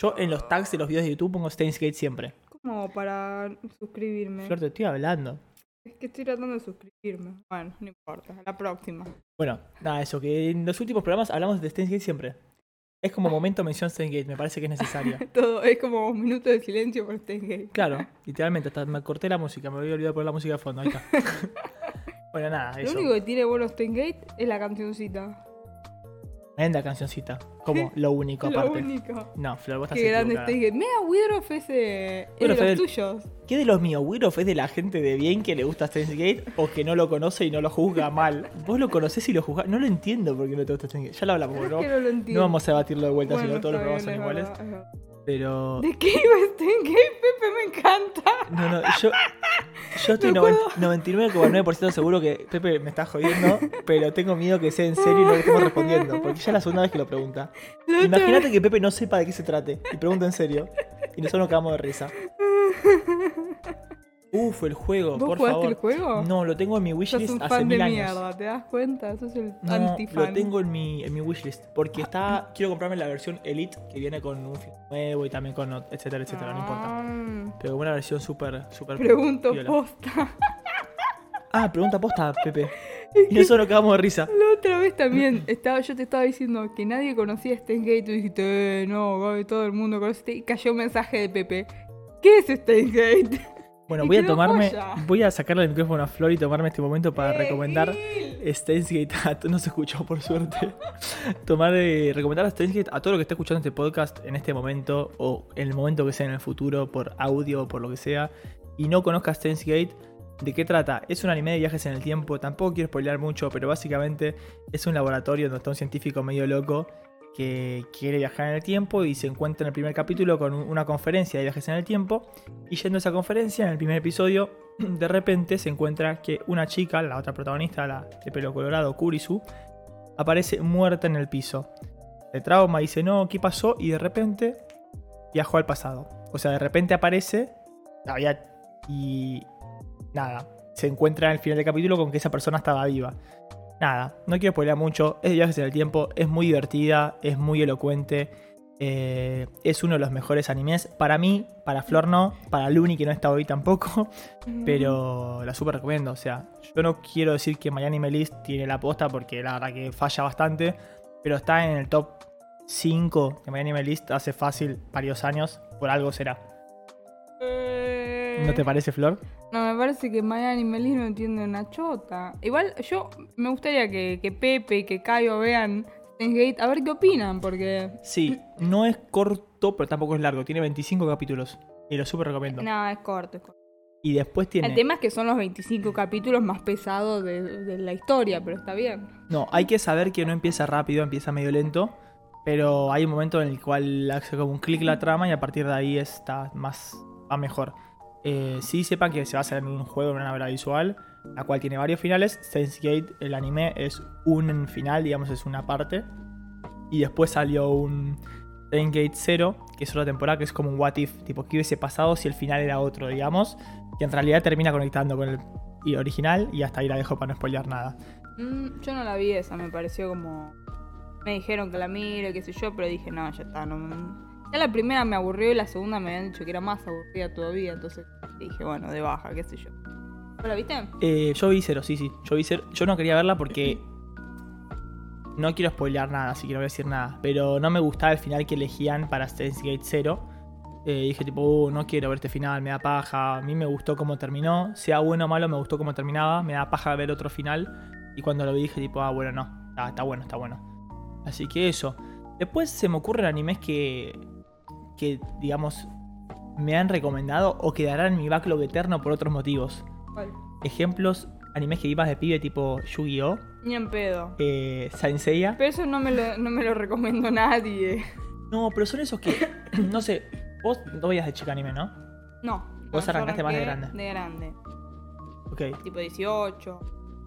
Speaker 1: Yo en los tags de los videos de YouTube pongo Saints Gate siempre.
Speaker 3: ¿Cómo para suscribirme?
Speaker 1: Flor, te estoy hablando.
Speaker 3: Es que estoy tratando de suscribirme. Bueno, no importa. A la próxima.
Speaker 1: Bueno, nada, eso, que en los últimos programas hablamos de Steins Gate siempre. Es como momento mención Steins Gate, me parece que es necesario.
Speaker 3: Todo es como un minuto de silencio por este gay.
Speaker 1: Claro, literalmente, hasta me corté la música, me había olvidado poner la música de fondo, ahí está. bueno, nada,
Speaker 3: Lo
Speaker 1: eso.
Speaker 3: único que tiene bueno Gate es la cancioncita.
Speaker 1: Tremenda cancioncita. Como lo único
Speaker 3: Lo
Speaker 1: aparte.
Speaker 3: único.
Speaker 1: No, Flor, vos estás
Speaker 3: Qué grande este
Speaker 1: equivocada.
Speaker 3: Steins Gate. Mira, Widroff es, eh,
Speaker 1: Widroff
Speaker 3: es de
Speaker 1: es
Speaker 3: los
Speaker 1: del-
Speaker 3: tuyos.
Speaker 1: ¿Qué de los míos? ¿Wirof es de la gente de bien que le gusta Steins Gate o que no lo conoce y no lo juzga mal? Vos lo conocés y lo juzgás. No lo entiendo porque no te gusta Steins Gate. Ya lo hablamos,
Speaker 3: Es
Speaker 1: ¿no?
Speaker 3: que no lo
Speaker 1: No
Speaker 3: entiendo.
Speaker 1: vamos a debatirlo de vuelta,
Speaker 3: Bueno,
Speaker 1: sino todos los
Speaker 3: está
Speaker 1: programas son
Speaker 3: bien, es
Speaker 1: iguales.
Speaker 3: verdad, es verdad.
Speaker 1: Pero.
Speaker 3: ¿De qué iba Steins Gate, Pepe? Me encanta.
Speaker 1: No, no, yo, yo estoy
Speaker 3: No puedo.
Speaker 1: 90 99,9% seguro que Pepe me está jodiendo, pero tengo miedo que sea en serio y no le estemos respondiendo, porque ya es la segunda vez que lo pregunta.
Speaker 3: La otra
Speaker 1: Imagínate que Pepe no sepa de qué se trate y pregunta en serio, y nosotros nos cagamos de risa. Uf, el juego,
Speaker 3: ¿Vos
Speaker 1: por
Speaker 3: jugaste
Speaker 1: favor.
Speaker 3: el juego?
Speaker 1: No, lo tengo en mi
Speaker 3: Sos un
Speaker 1: wishlist hace
Speaker 3: fan de
Speaker 1: mil años.
Speaker 3: mierda, ¿te das cuenta? Sos el
Speaker 1: No,
Speaker 3: antifan. Ah.
Speaker 1: lo tengo en mi, en mi wishlist, porque está, quiero comprarme la versión Elite, que viene con un fin nuevo y también con, ot- etcétera, etcétera, no importa.
Speaker 3: Ah,
Speaker 1: Pero una versión súper, súper.
Speaker 3: Pregunto
Speaker 1: piola.
Speaker 3: posta.
Speaker 1: Ah, pregunta posta, Pepe. Y nosotros nos cagamos de risa.
Speaker 3: La otra vez también estaba, yo te estaba diciendo que nadie conocía Steins Gate y tú dijiste, eh, no, Gaby, todo el mundo conoce Steins- y cayó un mensaje de Pepe. ¿Qué es Steins Gate?
Speaker 1: Bueno,
Speaker 3: Y
Speaker 1: voy a
Speaker 3: quedó
Speaker 1: tomarme.
Speaker 3: joya.
Speaker 1: Voy a sacarle el micrófono a Flor y tomarme este momento
Speaker 3: Eh,
Speaker 1: para recomendar
Speaker 3: Gil.
Speaker 1: Steins Gate. a to- ah, No se escuchó, por suerte. Tomar, eh, recomendar a Steins Gate a todo lo que está escuchando este podcast en este momento o en el momento que sea en el futuro, por audio o por lo que sea, y no conozca Steins Gate. ¿De qué trata? Es un anime de viajes en el tiempo, tampoco quiero spoilear mucho, pero básicamente es un laboratorio donde está un científico medio loco que quiere viajar en el tiempo y se encuentra en el primer capítulo con un- una conferencia de viajes en el tiempo. Y yendo a esa conferencia, en el primer episodio, de repente se encuentra que una chica, la otra protagonista, la de pelo colorado, Kurisu, aparece muerta en el piso. De trauma dice, no, ¿qué pasó? Y de repente viajó al pasado. O sea, de repente aparece, había... y nada, se encuentra al final del capítulo con que esa persona estaba viva. Nada, no quiero spoilear mucho, es de viajes en el tiempo, es muy divertida, es muy elocuente, eh, es uno de los mejores animes. Para mí, para Flor no, para Luni que no está hoy tampoco, pero la super recomiendo. O sea, yo no quiero decir que My Anime List tiene la posta porque la verdad que falla bastante, pero está en el top 5 de My Anime List hace fácil varios años, por algo será.
Speaker 3: Eh,
Speaker 1: ¿No te parece, Flor?
Speaker 3: No, me parece que Maya Animalis no entiende una chota. Igual yo me gustaría que, que Pepe y que Caio vean Steins Gate a ver qué opinan, porque...
Speaker 1: Sí, no es corto, pero tampoco es largo, tiene 25 capítulos y lo super recomiendo.
Speaker 3: No, es corto. es corto.
Speaker 1: Y después
Speaker 3: El
Speaker 1: tiene...
Speaker 3: tema es que son los 25 capítulos más pesados de, de la historia, pero está bien.
Speaker 1: No, hay que saber que no empieza rápido, empieza medio lento. Pero hay un momento en el cual hace como un clic la trama y a partir de ahí está más. va mejor. Eh, sí sepan que se basa en un juego, en una novela visual, la cual tiene varios finales. Sense Gate, el anime, es un final, digamos, es una parte. Y después salió un Sense Gate 0, que es otra temporada, que es como un what if, tipo, ¿qué hubiese pasado si el final era otro, digamos? Que en realidad termina conectando con el y- original y hasta ahí la dejo para no spoilear nada.
Speaker 3: Mm, yo no la vi esa, me pareció como... Me dijeron que la mire, qué sé yo, pero dije, no, ya está, no... Ya la primera me aburrió y la segunda me habían dicho que era más aburrida todavía, entonces dije, bueno, de baja, qué sé yo. ¿Vos la viste?
Speaker 1: Eh, yo vi cero, sí, sí. Yo vi cero. Yo no quería verla porque. No quiero spoilear nada, así que no voy a decir nada. Pero no me gustaba el final que elegían para Steins Gate 0. dije tipo, "Uh, no quiero ver este final, me da paja. A mí me gustó cómo terminó. Sea bueno o malo, me gustó cómo terminaba. Me da paja ver otro final. Y cuando lo vi dije tipo, ah, bueno, no, está, está bueno, está bueno. Así que eso. Después se me ocurren animes que, que, digamos, me han recomendado o quedarán en mi backlog eterno por otros motivos.
Speaker 3: ¿Cuál?
Speaker 1: Ejemplos, animes que vi más de pibe tipo Yu-Gi-Oh,
Speaker 3: Ni en pedo.
Speaker 1: eh, Saint Seiya.
Speaker 3: Pero eso no me lo, no me lo recomiendo nadie.
Speaker 1: No, pero son esos que, no sé, vos no veías de chica anime, ¿no?
Speaker 3: No.
Speaker 1: Vos
Speaker 3: no, yo
Speaker 1: arrancaste más de
Speaker 3: arranqué
Speaker 1: grande.
Speaker 3: De grande.
Speaker 1: Ok.
Speaker 3: Tipo 18.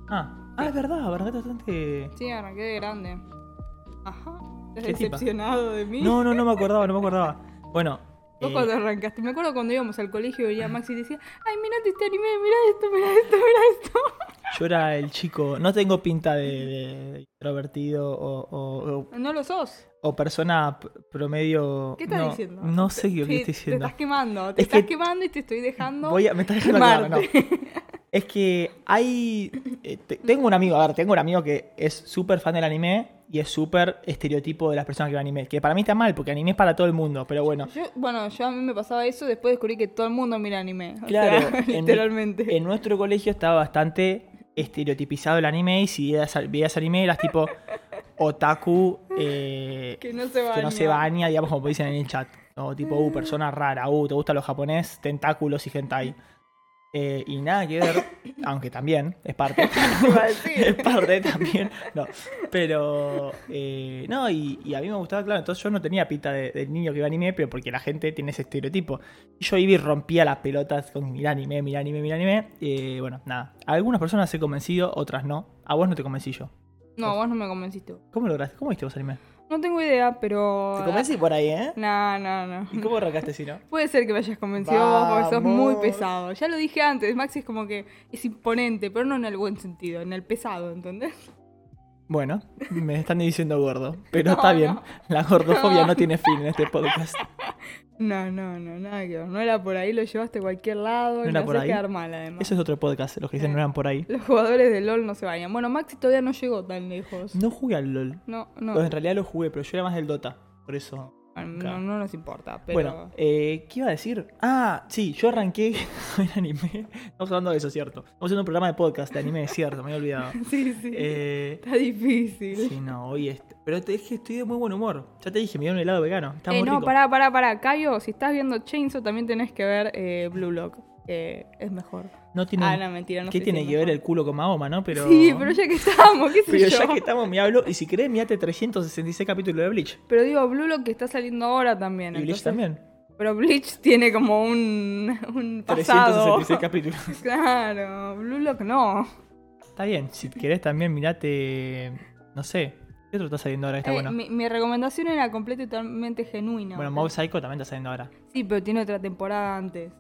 Speaker 1: Ah, ah es verdad, arrancaste bastante...
Speaker 3: Sí, arranqué de grande. Ajá. ¿Estás
Speaker 1: ¿Qué tipa?
Speaker 3: decepcionado de mí?
Speaker 1: No, no, no me acordaba, no me acordaba. Bueno.
Speaker 3: Vos
Speaker 1: eh,
Speaker 3: cuando arrancaste. Me acuerdo cuando íbamos al colegio y a Maxi decía, ay, mirate este anime, mira esto, mira esto, mira esto.
Speaker 1: yo era el chico, no tengo pinta de, de introvertido o, o- o-
Speaker 3: No lo sos.
Speaker 1: o persona p- promedio.
Speaker 3: ¿Qué estás
Speaker 1: no,
Speaker 3: diciendo?
Speaker 1: No sé qué, qué
Speaker 3: Sí,
Speaker 1: estoy
Speaker 3: Te
Speaker 1: diciendo.
Speaker 3: estás quemando, te
Speaker 1: Es
Speaker 3: estás
Speaker 1: que-
Speaker 3: quemando y te estoy dejando.
Speaker 1: Voy a, me estás dejando claro, no.
Speaker 3: quemarte.
Speaker 1: Es que hay. eh, te- tengo un amigo, a ver, tengo un amigo que es súper fan del anime y es súper estereotipo de las personas que ven anime. Que para mí está mal, porque anime es para todo el mundo, pero bueno.
Speaker 3: Yo, bueno, yo a mí me pasaba eso, después descubrí que todo el mundo mira anime. O
Speaker 1: Claro,
Speaker 3: sea,
Speaker 1: en-
Speaker 3: literalmente.
Speaker 1: En nuestro colegio estaba bastante estereotipizado el anime y si veías, veías anime eras tipo otaku eh,
Speaker 3: que no se va.
Speaker 1: que no se baña, digamos como dicen en el chat. O tipo, uh, persona rara, uh, te gustan los japonés, tentáculos y hentai. Eh, y nada que ver, aunque también, es parte. es parte también. No, pero. eh, no, y, y a mí me gustaba, claro, entonces yo no tenía pinta de, del niño que iba a anime, pero porque la gente tiene ese estereotipo. Y yo iba y rompía las pelotas con mira anime, mira anime, mira anime. Eh, bueno, nada. A algunas personas he convencido, otras no. A vos no te convencí yo.
Speaker 3: No, vos no me convenciste.
Speaker 1: ¿Cómo lograste? ¿Cómo viste vos anime?
Speaker 3: No tengo idea, pero.
Speaker 1: Te convencí por ahí, ¿eh?
Speaker 3: No, no, no.
Speaker 1: ¿Y cómo arrancaste si no?
Speaker 3: Puede ser que me hayas convencido vos porque sos muy
Speaker 1: Vamos.
Speaker 3: pesado. Ya lo dije antes, Maxi es como que es imponente, pero no en el buen sentido, en el pesado, ¿entendés?
Speaker 1: Bueno, me están diciendo gordo, pero
Speaker 3: No,
Speaker 1: está bien.
Speaker 3: no.
Speaker 1: La gordofobia no
Speaker 3: No.
Speaker 1: tiene fin en este podcast.
Speaker 3: No, no, no, nada que ver. No era por ahí, lo llevaste a cualquier lado
Speaker 1: No
Speaker 3: y
Speaker 1: era
Speaker 3: me
Speaker 1: por
Speaker 3: hacés
Speaker 1: ahí.
Speaker 3: quedar mal además.
Speaker 1: Eso es otro podcast, los que dicen no eran por ahí.
Speaker 3: Los jugadores de LOL no se vayan. Bueno, Maxi todavía no llegó tan lejos.
Speaker 1: No jugué al LOL.
Speaker 3: No, no. Ah,
Speaker 1: Pues en realidad lo jugué, pero yo era más del Dota. Por eso.
Speaker 3: No, no nos importa, pero.
Speaker 1: Bueno, eh, ¿qué iba a decir? Ah, sí, yo arranqué en anime. Estamos hablando de eso, cierto. Estamos haciendo un programa de podcast de anime, cierto, me había olvidado.
Speaker 3: Sí, sí.
Speaker 1: Eh,
Speaker 3: Está difícil.
Speaker 1: sí, no, hoy es. Pero te dije, estoy de muy buen humor. Ya te dije, me dio un helado vegano. Está
Speaker 3: Eh,
Speaker 1: muy
Speaker 3: no,
Speaker 1: rico.
Speaker 3: pará, pará, pará. Cayo, si estás viendo Chainsaw, también tenés que ver eh, Blue Lock. que es mejor.
Speaker 1: No tiene.
Speaker 3: Ah, no, mentira. No
Speaker 1: ¿Qué
Speaker 3: sé si
Speaker 1: tiene
Speaker 3: es
Speaker 1: que ver
Speaker 3: mejor.
Speaker 1: el culo con Mahoma, no? Pero...
Speaker 3: Sí, pero ya que estamos, qué sé
Speaker 1: Pero
Speaker 3: yo.
Speaker 1: ya que estamos, me hablo. Y si querés, mirate 366 capítulos de Bleach.
Speaker 3: Pero digo, Blue Lock que está saliendo ahora también.
Speaker 1: y Bleach
Speaker 3: entonces-
Speaker 1: también.
Speaker 3: Pero Bleach tiene como un, un pasado.
Speaker 1: 366 capítulos.
Speaker 3: Claro, Blue Lock no.
Speaker 1: Está bien. Si querés, también mirate. No sé. ¿Qué otro está saliendo ahora? Está
Speaker 3: Eh,
Speaker 1: bueno.
Speaker 3: mi, mi recomendación era completa y totalmente genuina.
Speaker 1: Bueno, Mob Psycho también está saliendo ahora.
Speaker 3: Sí, pero tiene otra temporada antes.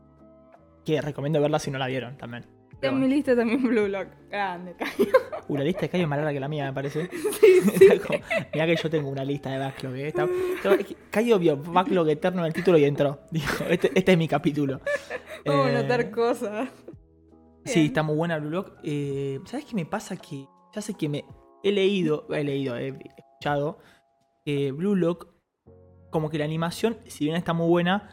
Speaker 1: Que recomiendo verla si no la vieron también.
Speaker 3: Está
Speaker 1: Pero
Speaker 3: en mi
Speaker 1: bueno.
Speaker 3: lista también Blue Lock. Grande,
Speaker 1: Uh, la lista de Cayo es más larga que la mía, me parece. Está como- Mirá que yo tengo una lista de backlog. eh. Está- Cayo vio backlog eterno en el título y entró. Dijo, este, este es mi capítulo.
Speaker 3: Vamos
Speaker 1: Eh,
Speaker 3: a notar cosas.
Speaker 1: Sí,
Speaker 3: Bien.
Speaker 1: está muy buena Blue Lock. Eh, ¿Sabes qué me pasa? Que ya sé que me he leído, he leído, he escuchado que Blue Lock, como que la animación, si bien está muy buena,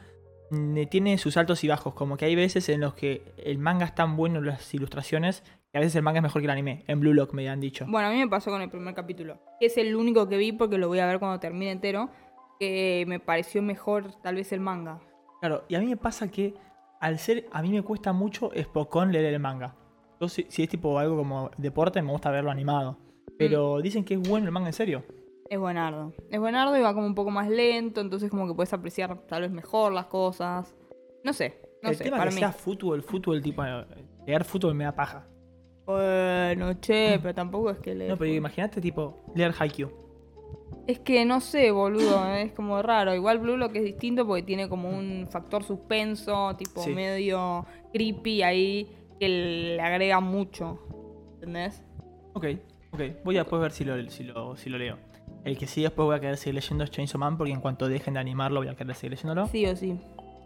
Speaker 1: mm, tiene sus altos y bajos. Como que hay veces en los que el manga es tan bueno, las ilustraciones, que a veces el manga es mejor que el anime. En Blue Lock me han dicho.
Speaker 3: Bueno, a mí me pasó con el primer capítulo. que Es el único que vi porque lo voy a ver cuando termine entero. Que me pareció mejor tal vez el manga.
Speaker 1: Claro, y a mí me pasa que al ser, a mí me cuesta mucho espocón leer el manga. Yo si, si es tipo algo como deporte, me gusta verlo animado. Pero dicen que es bueno el manga en serio.
Speaker 3: Es buenardo. Es buenardo y va como un poco más lento. Entonces como que puedes apreciar tal vez mejor las cosas. No sé. No
Speaker 1: el
Speaker 3: sé,
Speaker 1: tema
Speaker 3: para
Speaker 1: que
Speaker 3: mí.
Speaker 1: sea fútbol, fútbol, tipo, eh, leer fútbol me da paja.
Speaker 3: Bueno, che, pero tampoco es que le...
Speaker 1: Mm. No, pero imagínate, tipo, leer Haikyuu.
Speaker 3: Es que no sé, boludo, es como raro. Igual Blue lo que es distinto porque tiene como un factor suspenso, tipo
Speaker 1: Sí.
Speaker 3: medio creepy ahí, que le agrega mucho. ¿Entendés?
Speaker 1: Ok, ok. Voy a después ver si lo, si, lo, si lo leo. El que sí después voy a querer seguir leyendo es Chainsaw Man, porque en cuanto dejen de animarlo voy a querer seguir leyéndolo.
Speaker 3: Sí o sí.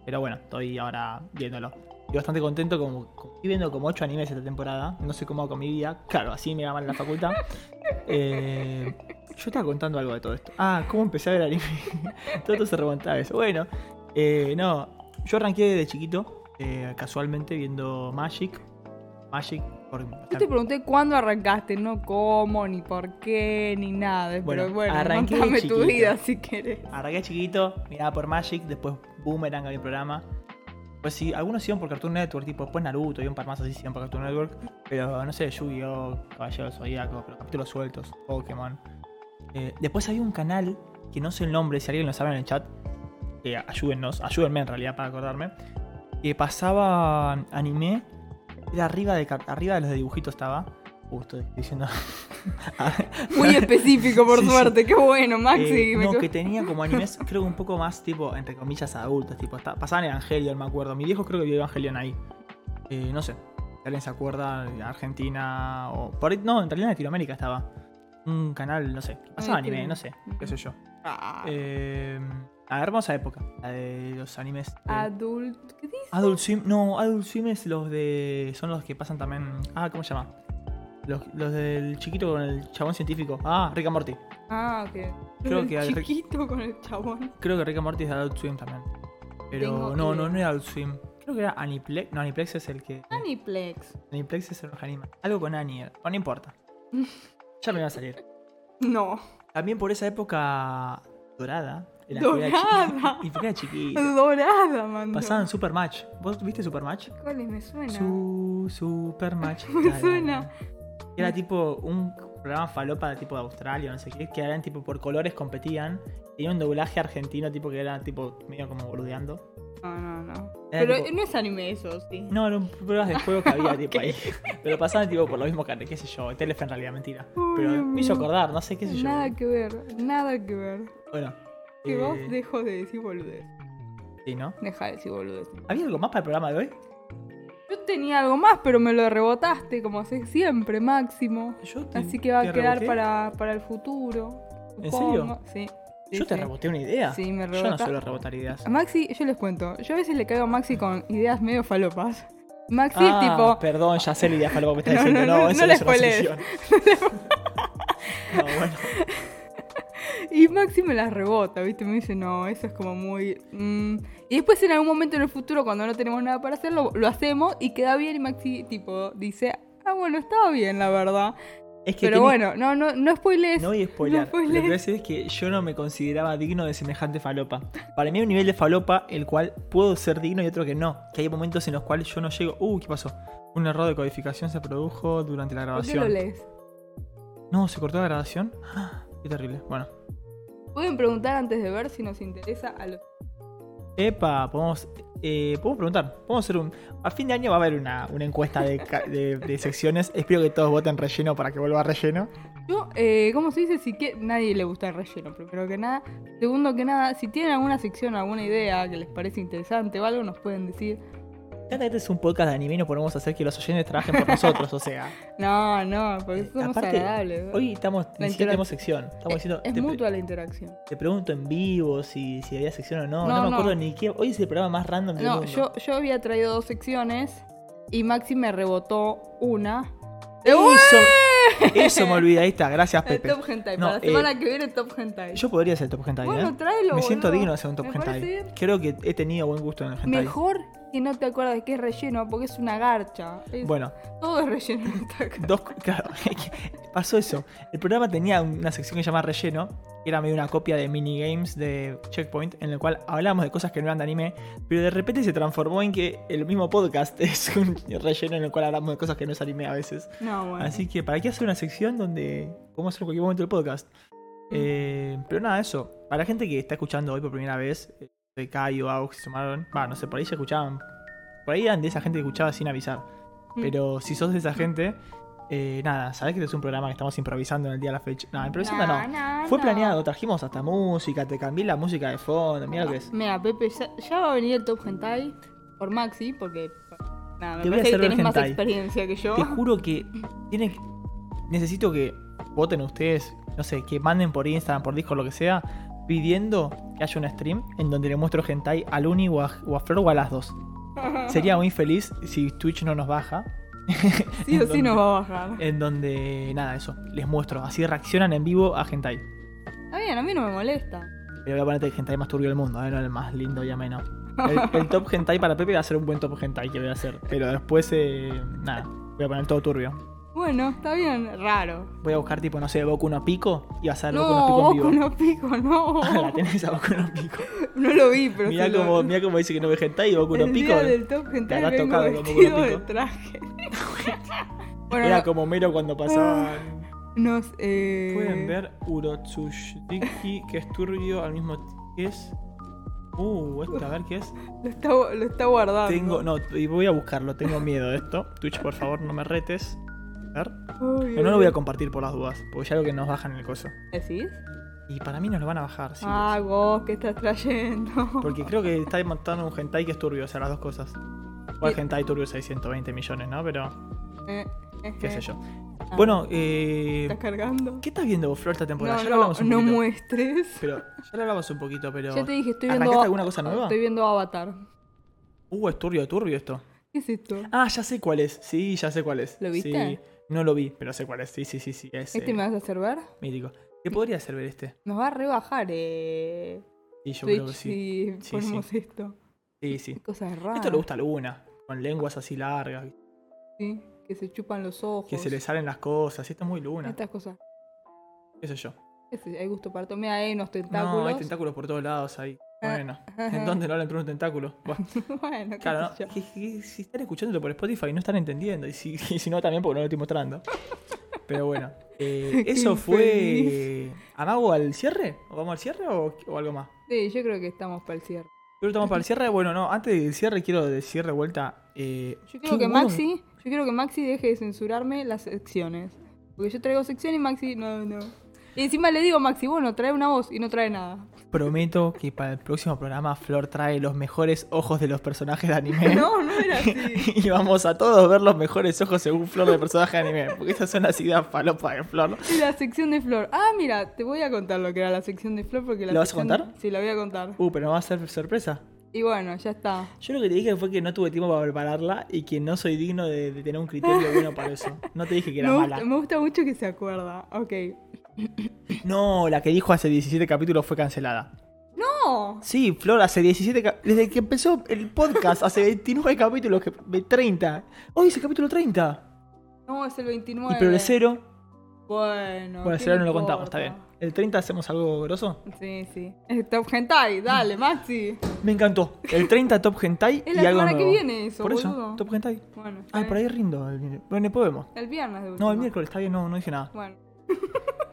Speaker 1: Pero bueno, estoy ahora viéndolo. Y bastante contento, como, como- estoy viendo como 8 animes esta temporada. No sé cómo hago con mi vida. Claro, así me va mal en la facultad. Eh, yo estaba contando algo de todo esto. Ah, ¿cómo empecé a ver anime? todo esto se remonta a eso. Bueno, eh, no. Yo arranqué desde chiquito, eh, casualmente, viendo Magic. Magic, Por-
Speaker 3: Yo te pregunté cuándo arrancaste, no cómo, ni por qué, ni nada.
Speaker 1: Bueno,
Speaker 3: pero bueno,
Speaker 1: arranqué de
Speaker 3: contame tu
Speaker 1: chiquito.
Speaker 3: vida si querés.
Speaker 1: Arranqué chiquito, miraba por Magic, después Boomerang había un programa. Pues sí, algunos iban por Cartoon Network, tipo después Naruto y un par más así se iban por Cartoon Network. Pero no sé, Yu-Gi-Oh, Caballero del Zodíaco, pero capítulos sueltos, Pokémon. Eh, después había un canal, que no sé el nombre, si alguien lo sabe en el chat, eh, ayúdennos, ayúdenme en realidad para acordarme. Que pasaba anime, era arriba de, car- arriba de los de dibujitos estaba. Uh, estoy diciendo.
Speaker 3: Muy específico, por
Speaker 1: Sí, sí.
Speaker 3: suerte. Qué bueno, Maxi.
Speaker 1: Eh,
Speaker 3: Ah, me
Speaker 1: no,
Speaker 3: co-
Speaker 1: que tenía como animes, creo que un poco más, tipo, entre comillas, adultos. Tipo, está- pasaban Evangelion, me acuerdo. Mi viejo creo que vio Evangelion ahí. Eh, no sé. Si alguien se acuerda, Argentina o. Por ahí, no, en realidad en Latinoamérica estaba. Un canal, no sé. Pasaba
Speaker 3: Ay, qué
Speaker 1: anime,
Speaker 3: bien.
Speaker 1: no sé. Qué sé yo.
Speaker 3: Ah,
Speaker 1: Eh, a ver, hermosa época. La de los animes. de-
Speaker 3: Adult. ¿Qué dices?
Speaker 1: Adult Swim. No, Adult Swim es los de. Son los que pasan también. Ah, ¿cómo se llama? Los, los del chiquito con el chabón científico. Ah, Rick and Morty.
Speaker 3: Ah, ok.
Speaker 1: Creo
Speaker 3: El
Speaker 1: que al-
Speaker 3: chiquito con el chabón.
Speaker 1: Creo que Rick and Morty es de Adult Swim también. Pero
Speaker 3: Tengo
Speaker 1: no,
Speaker 3: que-
Speaker 1: no, no era Adult Swim. Creo que era Aniplex. No, Aniplex es el que.
Speaker 3: Aniplex.
Speaker 1: Aniplex es el que anima. Algo con Annie. era. Bueno, no importa. ya me iba a salir.
Speaker 3: No.
Speaker 1: También por esa época dorada. en la que era
Speaker 3: Dorada.
Speaker 1: chiqui- Y porque era chiquita.
Speaker 3: Dorada, man.
Speaker 1: Pasaban Supermatch. ¿Vos viste Supermatch?
Speaker 3: ¿Cuáles me suena?
Speaker 1: Su Supermatch.
Speaker 3: Me suena.
Speaker 1: Era tipo un programa falopa de tipo de Australia, no sé qué, que eran tipo por colores competían. Tenía un doblaje argentino tipo que era tipo medio como boludeando.
Speaker 3: No, no, no.
Speaker 1: Era
Speaker 3: Pero
Speaker 1: tipo-
Speaker 3: no es anime eso, sí.
Speaker 1: No, eran pruebas de juego que había tipo ahí. Pero pasaban tipo por lo mismo que, qué sé yo, Telefe en realidad, mentira.
Speaker 3: Ay,
Speaker 1: Pero
Speaker 3: Dios
Speaker 1: me hizo
Speaker 3: mío.
Speaker 1: acordar, no sé qué sé yo.
Speaker 3: nada que ver, nada que ver.
Speaker 1: Bueno.
Speaker 3: Que
Speaker 1: eh,
Speaker 3: vos dejo de decir boludez.
Speaker 1: sí, ¿no?
Speaker 3: Deja de decir boludez.
Speaker 1: ¿Había algo más para el programa de hoy?
Speaker 3: Yo tenía algo más, pero me lo rebotaste, como haces siempre, Máximo.
Speaker 1: Yo te-
Speaker 3: Así que va
Speaker 1: te
Speaker 3: a quedar
Speaker 1: reboté.
Speaker 3: para, para el futuro.
Speaker 1: ¿En
Speaker 3: supongo. Sí. sí,
Speaker 1: Yo te
Speaker 3: sí.
Speaker 1: reboté una idea.
Speaker 3: este. Sí, me Ah,
Speaker 1: Yo no
Speaker 3: rebota-
Speaker 1: suelo rebotar ideas.
Speaker 3: A Maxi, yo les cuento. Yo a veces le caigo a Maxi con ideas medio falopas. Maxi
Speaker 1: ah,
Speaker 3: es tipo.
Speaker 1: Perdón, ya sé la idea para lo que me estás
Speaker 3: No, no,
Speaker 1: diciendo. No,
Speaker 3: no,
Speaker 1: eso
Speaker 3: no
Speaker 1: no
Speaker 3: la
Speaker 1: es una
Speaker 3: spoilees.
Speaker 1: solución. no, bueno.
Speaker 3: Y Maxi me las rebota, ¿viste? Me dice, no, eso es como muy. mm". Y después en algún momento en el futuro, cuando no tenemos nada para hacerlo, lo hacemos y queda bien. Y Maxi, tipo, dice, ah, bueno, estaba bien, la verdad.
Speaker 1: Es que
Speaker 3: Pero
Speaker 1: tiene-
Speaker 3: bueno, no, no, no spoilees.
Speaker 1: No voy a spoiler.
Speaker 3: No spoilees.
Speaker 1: Lo que voy a decir es que yo no me consideraba digno de semejante falopa. Para mí hay un nivel de falopa el cual puedo ser digno y otro que no. Que hay momentos en los cuales yo no llego. Uh, ¿qué pasó? Un error de codificación se produjo durante la
Speaker 3: ¿Por qué lo
Speaker 1: grabación.
Speaker 3: lees?
Speaker 1: No, se cortó la grabación. Ah, Qué terrible. Bueno.
Speaker 3: Pueden preguntar antes de ver si nos interesa a los.
Speaker 1: Epa, podemos, eh, podemos preguntar. Podemos hacer un. A fin de año va a haber una, una encuesta de, ca- de- de secciones. Espero que todos voten relleno para que vuelva relleno.
Speaker 3: Yo, eh, ¿cómo se dice? Si que nadie le gusta el relleno, primero que nada. Segundo que nada, si tienen alguna sección, alguna idea que les parece interesante o algo, nos pueden decir.
Speaker 1: Cada vez es un podcast de anime y no podemos hacer que los oyentes trabajen por nosotros. O sea.
Speaker 3: No, no, porque
Speaker 1: Eh,
Speaker 3: somos
Speaker 1: aparte,
Speaker 3: agradables.
Speaker 1: Hoy estamos, ni
Speaker 3: La
Speaker 1: siquiera
Speaker 3: interacción.
Speaker 1: tenemos sección. Estamos diciendo, te,
Speaker 3: es
Speaker 1: pre-
Speaker 3: mutua la interacción.
Speaker 1: te pregunto en vivo si, si había sección o no. No,
Speaker 3: No,
Speaker 1: me
Speaker 3: no.
Speaker 1: acuerdo ni qué. Hoy es el programa más random del
Speaker 3: No,
Speaker 1: mundo.
Speaker 3: yo, yo había traído dos secciones y Maxi me rebotó una.
Speaker 1: Eso, eso me olvidé. Ahí está, gracias,
Speaker 3: El
Speaker 1: Pepe.
Speaker 3: Top Hentai.
Speaker 1: No,
Speaker 3: Para la
Speaker 1: eh,
Speaker 3: semana que viene, Top Hentai.
Speaker 1: Yo podría ser top hentai,
Speaker 3: Bueno,
Speaker 1: ¿eh?
Speaker 3: tráelo,
Speaker 1: Me siento
Speaker 3: boludo.
Speaker 1: digno de ser un top
Speaker 3: Me parece
Speaker 1: hentai.
Speaker 3: bien.
Speaker 1: Creo que he tenido buen gusto en el hentai.
Speaker 3: Mejor que no te acuerdes que es relleno porque es una garcha. Es-
Speaker 1: Bueno,
Speaker 3: Todo es relleno en esta casa.
Speaker 1: dos, claro, es que pasó eso. El programa tenía una sección que se llama Relleno, que era medio una copia de minigames de Checkpoint, en el cual hablábamos de cosas que no eran de anime, pero de repente se transformó en que el mismo podcast es un relleno en el cual hablamos de cosas que no es anime a veces.
Speaker 3: No, bueno.
Speaker 1: Así que, ¿para qué hacer una sección donde podemos hacer en cualquier momento el podcast? Eh, pero nada, eso. Para la gente que está escuchando hoy por primera vez, eh, de Kai o Aux se sumaron. Va, no sé, por ahí se escuchaban. Por ahí eran de esa gente que escuchaba sin avisar.
Speaker 3: Mm.
Speaker 1: Pero si sos de esa gente, eh, nada, sabés que este es un programa que estamos improvisando en el día de la fecha. No, improvisando no. Fue planeado, trajimos hasta música, te cambié la música de fondo, mira lo que es.
Speaker 3: Mira, Pepe, ya, ya va a venir el Top Hentai por Maxi porque. Nada, me
Speaker 1: Te voy a
Speaker 3: parece que
Speaker 1: hacer ver
Speaker 3: tenés más
Speaker 1: hentai.
Speaker 3: experiencia que yo.
Speaker 1: Te juro que tiene que- necesito que voten ustedes, no sé, que manden por Instagram, por Discord, lo que sea, pidiendo que haya un stream en donde le muestro hentai al Uni o a, o a Flor o a las dos. Sería muy feliz si Twitch no nos baja,
Speaker 3: sí o sí nos va a bajar.
Speaker 1: en donde nada, eso, les muestro, así reaccionan en vivo a hentai.
Speaker 3: Está bien, a mí no me molesta.
Speaker 1: Pero voy a ponerte el hentai más turbio del mundo, eh, no el más lindo y ameno. El, el top hentai para Pepe va a ser un buen top hentai que voy a hacer, pero después eh, nada, voy Voy a poner todo turbio.
Speaker 3: Bueno, está bien, raro.
Speaker 1: Voy a buscar tipo, no sé, Boku no Pico y vas a ver Boku no
Speaker 3: No,
Speaker 1: Pico en vivo.
Speaker 3: Boku no pico, no.
Speaker 1: Ah, la tenés a Boku no Pico.
Speaker 3: No lo vi, pero
Speaker 1: Mirá
Speaker 3: se lo-
Speaker 1: como, mirá como dice que no ve hentai y Boku no
Speaker 3: El
Speaker 1: Pico. eh.
Speaker 3: día del top hentai
Speaker 1: habrá
Speaker 3: vengo
Speaker 1: tocado con Boku no
Speaker 3: vestido de
Speaker 1: Pico.
Speaker 3: traje. bueno,
Speaker 1: Era
Speaker 3: no-
Speaker 1: como mero cuando pasaban.
Speaker 3: nos... eh,
Speaker 1: Ah, Pueden ver Urotsushiki, que es turbio al mismo tiempo. ¿Qué es? Uh, esto, a ver qué es.
Speaker 3: Lo está, lo está guardando.
Speaker 1: Tengo. No, y voy a buscarlo, tengo miedo de esto. Twitch, por favor, no me retes. A ver.
Speaker 3: Uy,
Speaker 1: Pero no lo
Speaker 3: uy.
Speaker 1: voy a compartir por las dudas, porque ya lo que nos bajan el coso.
Speaker 3: ¿Decís?
Speaker 1: Y para mí nos lo van a bajar, sí.
Speaker 3: ah, vos, ¿qué estás trayendo?
Speaker 1: Porque creo que está montando un hentai que es turbio, o sea, las dos cosas. O el
Speaker 3: Sí.
Speaker 1: hentai turbio 620 millones, ¿no? Pero,
Speaker 3: Eh, eh,
Speaker 1: qué
Speaker 3: eh,
Speaker 1: sé yo.
Speaker 3: ah,
Speaker 1: Bueno, eh,
Speaker 3: ¿Estás cargando?
Speaker 1: ¿qué estás viendo vos, Flor, esta temporada?
Speaker 3: No,
Speaker 1: ya lo
Speaker 3: no,
Speaker 1: hablamos un
Speaker 3: no
Speaker 1: poquito.
Speaker 3: muestres.
Speaker 1: Pero, ya lo hablamos un poquito, pero...
Speaker 3: Ya te dije, estoy
Speaker 1: ¿Arrancaste
Speaker 3: viendo...
Speaker 1: alguna cosa nueva?
Speaker 3: Estoy viendo Avatar.
Speaker 1: Uh, es turbio, turbio esto.
Speaker 3: ¿Qué es esto?
Speaker 1: Ah, ya sé cuál es. Sí, ya sé cuál es.
Speaker 3: ¿Lo viste?
Speaker 1: Sí, no lo vi, pero sé cuál es. Sí, sí, sí, sí. Es
Speaker 3: ¿Este
Speaker 1: eh,
Speaker 3: me vas a hacer ver?
Speaker 1: mítico. ¿Qué podría ser ver este?
Speaker 3: Nos va a rebajar, eh...
Speaker 1: Sí, yo creo que
Speaker 3: Twitch
Speaker 1: sí. Sí,
Speaker 3: si ponemos esto.
Speaker 1: Sí, sí.
Speaker 3: Cosas raras.
Speaker 1: Esto le gusta a Luna, con lenguas así largas,
Speaker 3: Sí, que se chupan los ojos.
Speaker 1: que se le salen las cosas. Esto es muy Luna,
Speaker 3: Estas cosas.
Speaker 1: qué sé yo.
Speaker 3: Qué sé yo, Hay gusto para todo. Mira, eh, unos tentáculos.
Speaker 1: No, hay tentáculos por todos lados ahí.
Speaker 3: Ah,
Speaker 1: Bueno,
Speaker 3: ajá.
Speaker 1: ¿en dónde no hablan por un tentáculo? Bueno,
Speaker 3: bueno, qué
Speaker 1: claro,
Speaker 3: sé
Speaker 1: ¿no?
Speaker 3: yo.
Speaker 1: Que- que si están escuchándolo por Spotify no están entendiendo. Y si, y si no, también porque no lo estoy mostrando. Pero bueno, eh,
Speaker 3: Qué
Speaker 1: eso fue.
Speaker 3: infeliz.
Speaker 1: ¿Amago al cierre? ¿O vamos al cierre o- o algo más?
Speaker 3: Sí, yo creo que estamos para el cierre.
Speaker 1: Pero estamos para el cierre. Bueno, no, antes del cierre quiero decir de vuelta. eh,
Speaker 3: Yo
Speaker 1: qué
Speaker 3: quiero que
Speaker 1: bueno-
Speaker 3: Maxi, yo quiero que Maxi deje de censurarme las secciones. Porque yo traigo sección y Maxi, no, no. Y encima le digo, Maxi, bueno, trae una voz y no trae nada.
Speaker 1: Prometo que para el próximo programa Flor trae los mejores ojos de los personajes de anime.
Speaker 3: No, no era así.
Speaker 1: Y vamos a todos ver los mejores ojos según Flor de personaje de anime. Porque esas son las ideas falopas de Flor.
Speaker 3: Y la sección de Flor. Ah, mira, te voy a contar lo que era la sección de Flor porque la
Speaker 1: ¿La vas a
Speaker 3: sección-
Speaker 1: contar?
Speaker 3: Sí, la voy a contar.
Speaker 1: Uh, pero no va a ser sorpresa.
Speaker 3: Y bueno, ya está.
Speaker 1: Yo lo que te dije fue que no tuve tiempo para prepararla y que no soy digno de, de tener un criterio bueno para eso. No te dije que era
Speaker 3: me,
Speaker 1: mala.
Speaker 3: gusta, me gusta mucho que se acuerda. Ok.
Speaker 1: No, la que dijo hace 17 capítulos fue cancelada.
Speaker 3: No.
Speaker 1: Sí, Flor, hace 17 cap- Desde que empezó el podcast, hace 29 capítulos, que- de 30. Hoy es el capítulo 30.
Speaker 3: No, es el 29.
Speaker 1: Y pero el cero.
Speaker 3: Bueno.
Speaker 1: Bueno, el
Speaker 3: Ah, ¿qué
Speaker 1: cero
Speaker 3: le
Speaker 1: no lo contamos, está bien.
Speaker 3: importa?
Speaker 1: El 30 hacemos algo grosso.
Speaker 3: Sí, sí. Eh, Top Hentai, dale, Maxi.
Speaker 1: Me encantó. El 30 Top Hentai
Speaker 3: Es
Speaker 1: y
Speaker 3: la
Speaker 1: algo
Speaker 3: semana que
Speaker 1: nuevo.
Speaker 3: viene eso,
Speaker 1: Por
Speaker 3: boludo.
Speaker 1: eso, Top Hentai.
Speaker 3: Bueno. está
Speaker 1: Ay,
Speaker 3: bien.
Speaker 1: por ahí rindo. el- Bueno, después vemos.
Speaker 3: El viernes de última.
Speaker 1: No, el miércoles está bien, no, no dije nada.
Speaker 3: Bueno.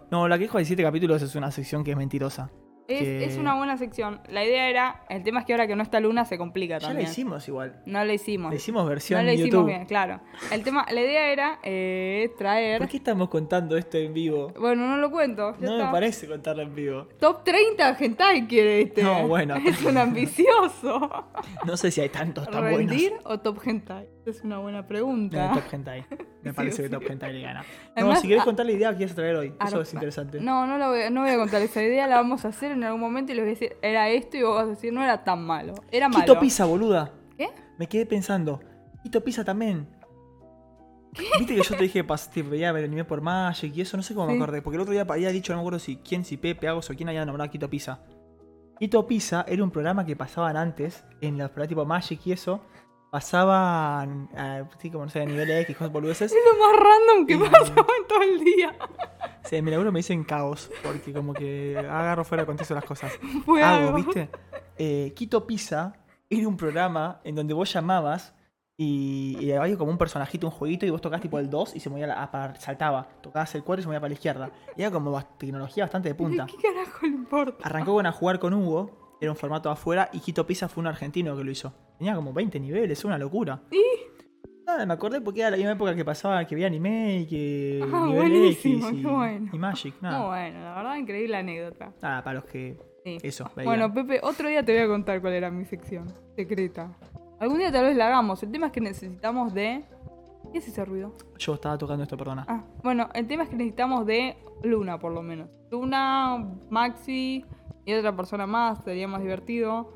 Speaker 1: No, la que dijo 17 capítulos es una sección que es mentirosa.
Speaker 3: Es,
Speaker 1: Que-
Speaker 3: es una buena sección. La idea era. El tema es que ahora que no está Luna se complica
Speaker 1: Ya la
Speaker 3: también.
Speaker 1: hicimos igual.
Speaker 3: No la hicimos.
Speaker 1: La hicimos versión
Speaker 3: no la hicimos
Speaker 1: YouTube.
Speaker 3: bien, claro. El tema, la idea era eh, traer.
Speaker 1: ¿Por qué estamos contando esto en vivo?
Speaker 3: Bueno, no lo cuento. ya
Speaker 1: No
Speaker 3: está.
Speaker 1: me parece contarlo en vivo.
Speaker 3: Top 30 Hentai quiere este.
Speaker 1: No, bueno.
Speaker 3: Es un ambicioso.
Speaker 1: No sé si hay tantos tan buenos.
Speaker 3: ¿Rendir o top hentai? Esa es una buena
Speaker 1: No,
Speaker 3: pregunta.
Speaker 1: Top Hentai. Me
Speaker 3: Sí,
Speaker 1: parece
Speaker 3: sí.
Speaker 1: que Top Hentai le gana.
Speaker 3: Además,
Speaker 1: no, si querés
Speaker 3: a-
Speaker 1: contar la idea que ibas a traer hoy. Eso
Speaker 3: Arpa.
Speaker 1: es interesante.
Speaker 3: Ah, No, no, la voy, a- no voy a contar esa idea, la vamos a hacer en algún momento y les voy a decir, era esto y vos vas a decir, no era tan malo. Era malo.
Speaker 1: Quito Pisa, boluda.
Speaker 3: ¿Qué?
Speaker 1: Me quedé pensando. Quito Pisa también. Viste que yo te dije, pas, tipo, ya me animé por Magic y eso, no sé cómo
Speaker 3: Sí.
Speaker 1: me acordé. Porque el otro día había dicho, no me acuerdo si quién, si Pepe, Agos o quién había nombrado a Quito Pisa. Quito Pisa era un programa que pasaban antes, en los programas tipo Magic y eso. Pasaban, eh, sí, como no sé, a nivel X, cosas boludeces.
Speaker 3: Es lo más random que
Speaker 1: Y-
Speaker 3: pasaba en todo el día.
Speaker 1: Sí, en mi laburo me dicen caos, porque como que agarro fuera de contexto las cosas.
Speaker 3: Fue
Speaker 1: Hago,
Speaker 3: algo.
Speaker 1: Ah, ¿viste? Eh, Quito Pisa era un programa en donde vos llamabas y, y había como un personajito, un jueguito, y vos tocabas tipo el 2 y se movía la, ah, para- saltaba. Tocabas el 4 y se movía para la izquierda. Y era como bas- tecnología bastante de punta.
Speaker 3: ¿Qué carajo le importa?
Speaker 1: Arrancó con a jugar con Hugo, era un formato afuera, y Quito Pisa fue un argentino que lo hizo. Tenía como 20 niveles, una locura.
Speaker 3: ¿Y?
Speaker 1: Nada, me acordé porque era la misma época que pasaba, que veía anime y que.
Speaker 3: Ah,
Speaker 1: nivel
Speaker 3: buenísimo,
Speaker 1: X y,
Speaker 3: qué bueno.
Speaker 1: y Magic, nada.
Speaker 3: No, bueno, la verdad, increíble anécdota.
Speaker 1: Nada, para los que.
Speaker 3: Sí.
Speaker 1: Eso, veían.
Speaker 3: Ah, Bueno, Pepe, otro día te voy a contar cuál era mi sección secreta. Algún día tal vez la hagamos. El tema es que necesitamos de. ¿Qué es ese ruido?
Speaker 1: Yo estaba tocando esto, perdona.
Speaker 3: Ah, bueno, el tema es que necesitamos de Luna, por lo menos. Luna, Maxi y otra persona más, sería más divertido.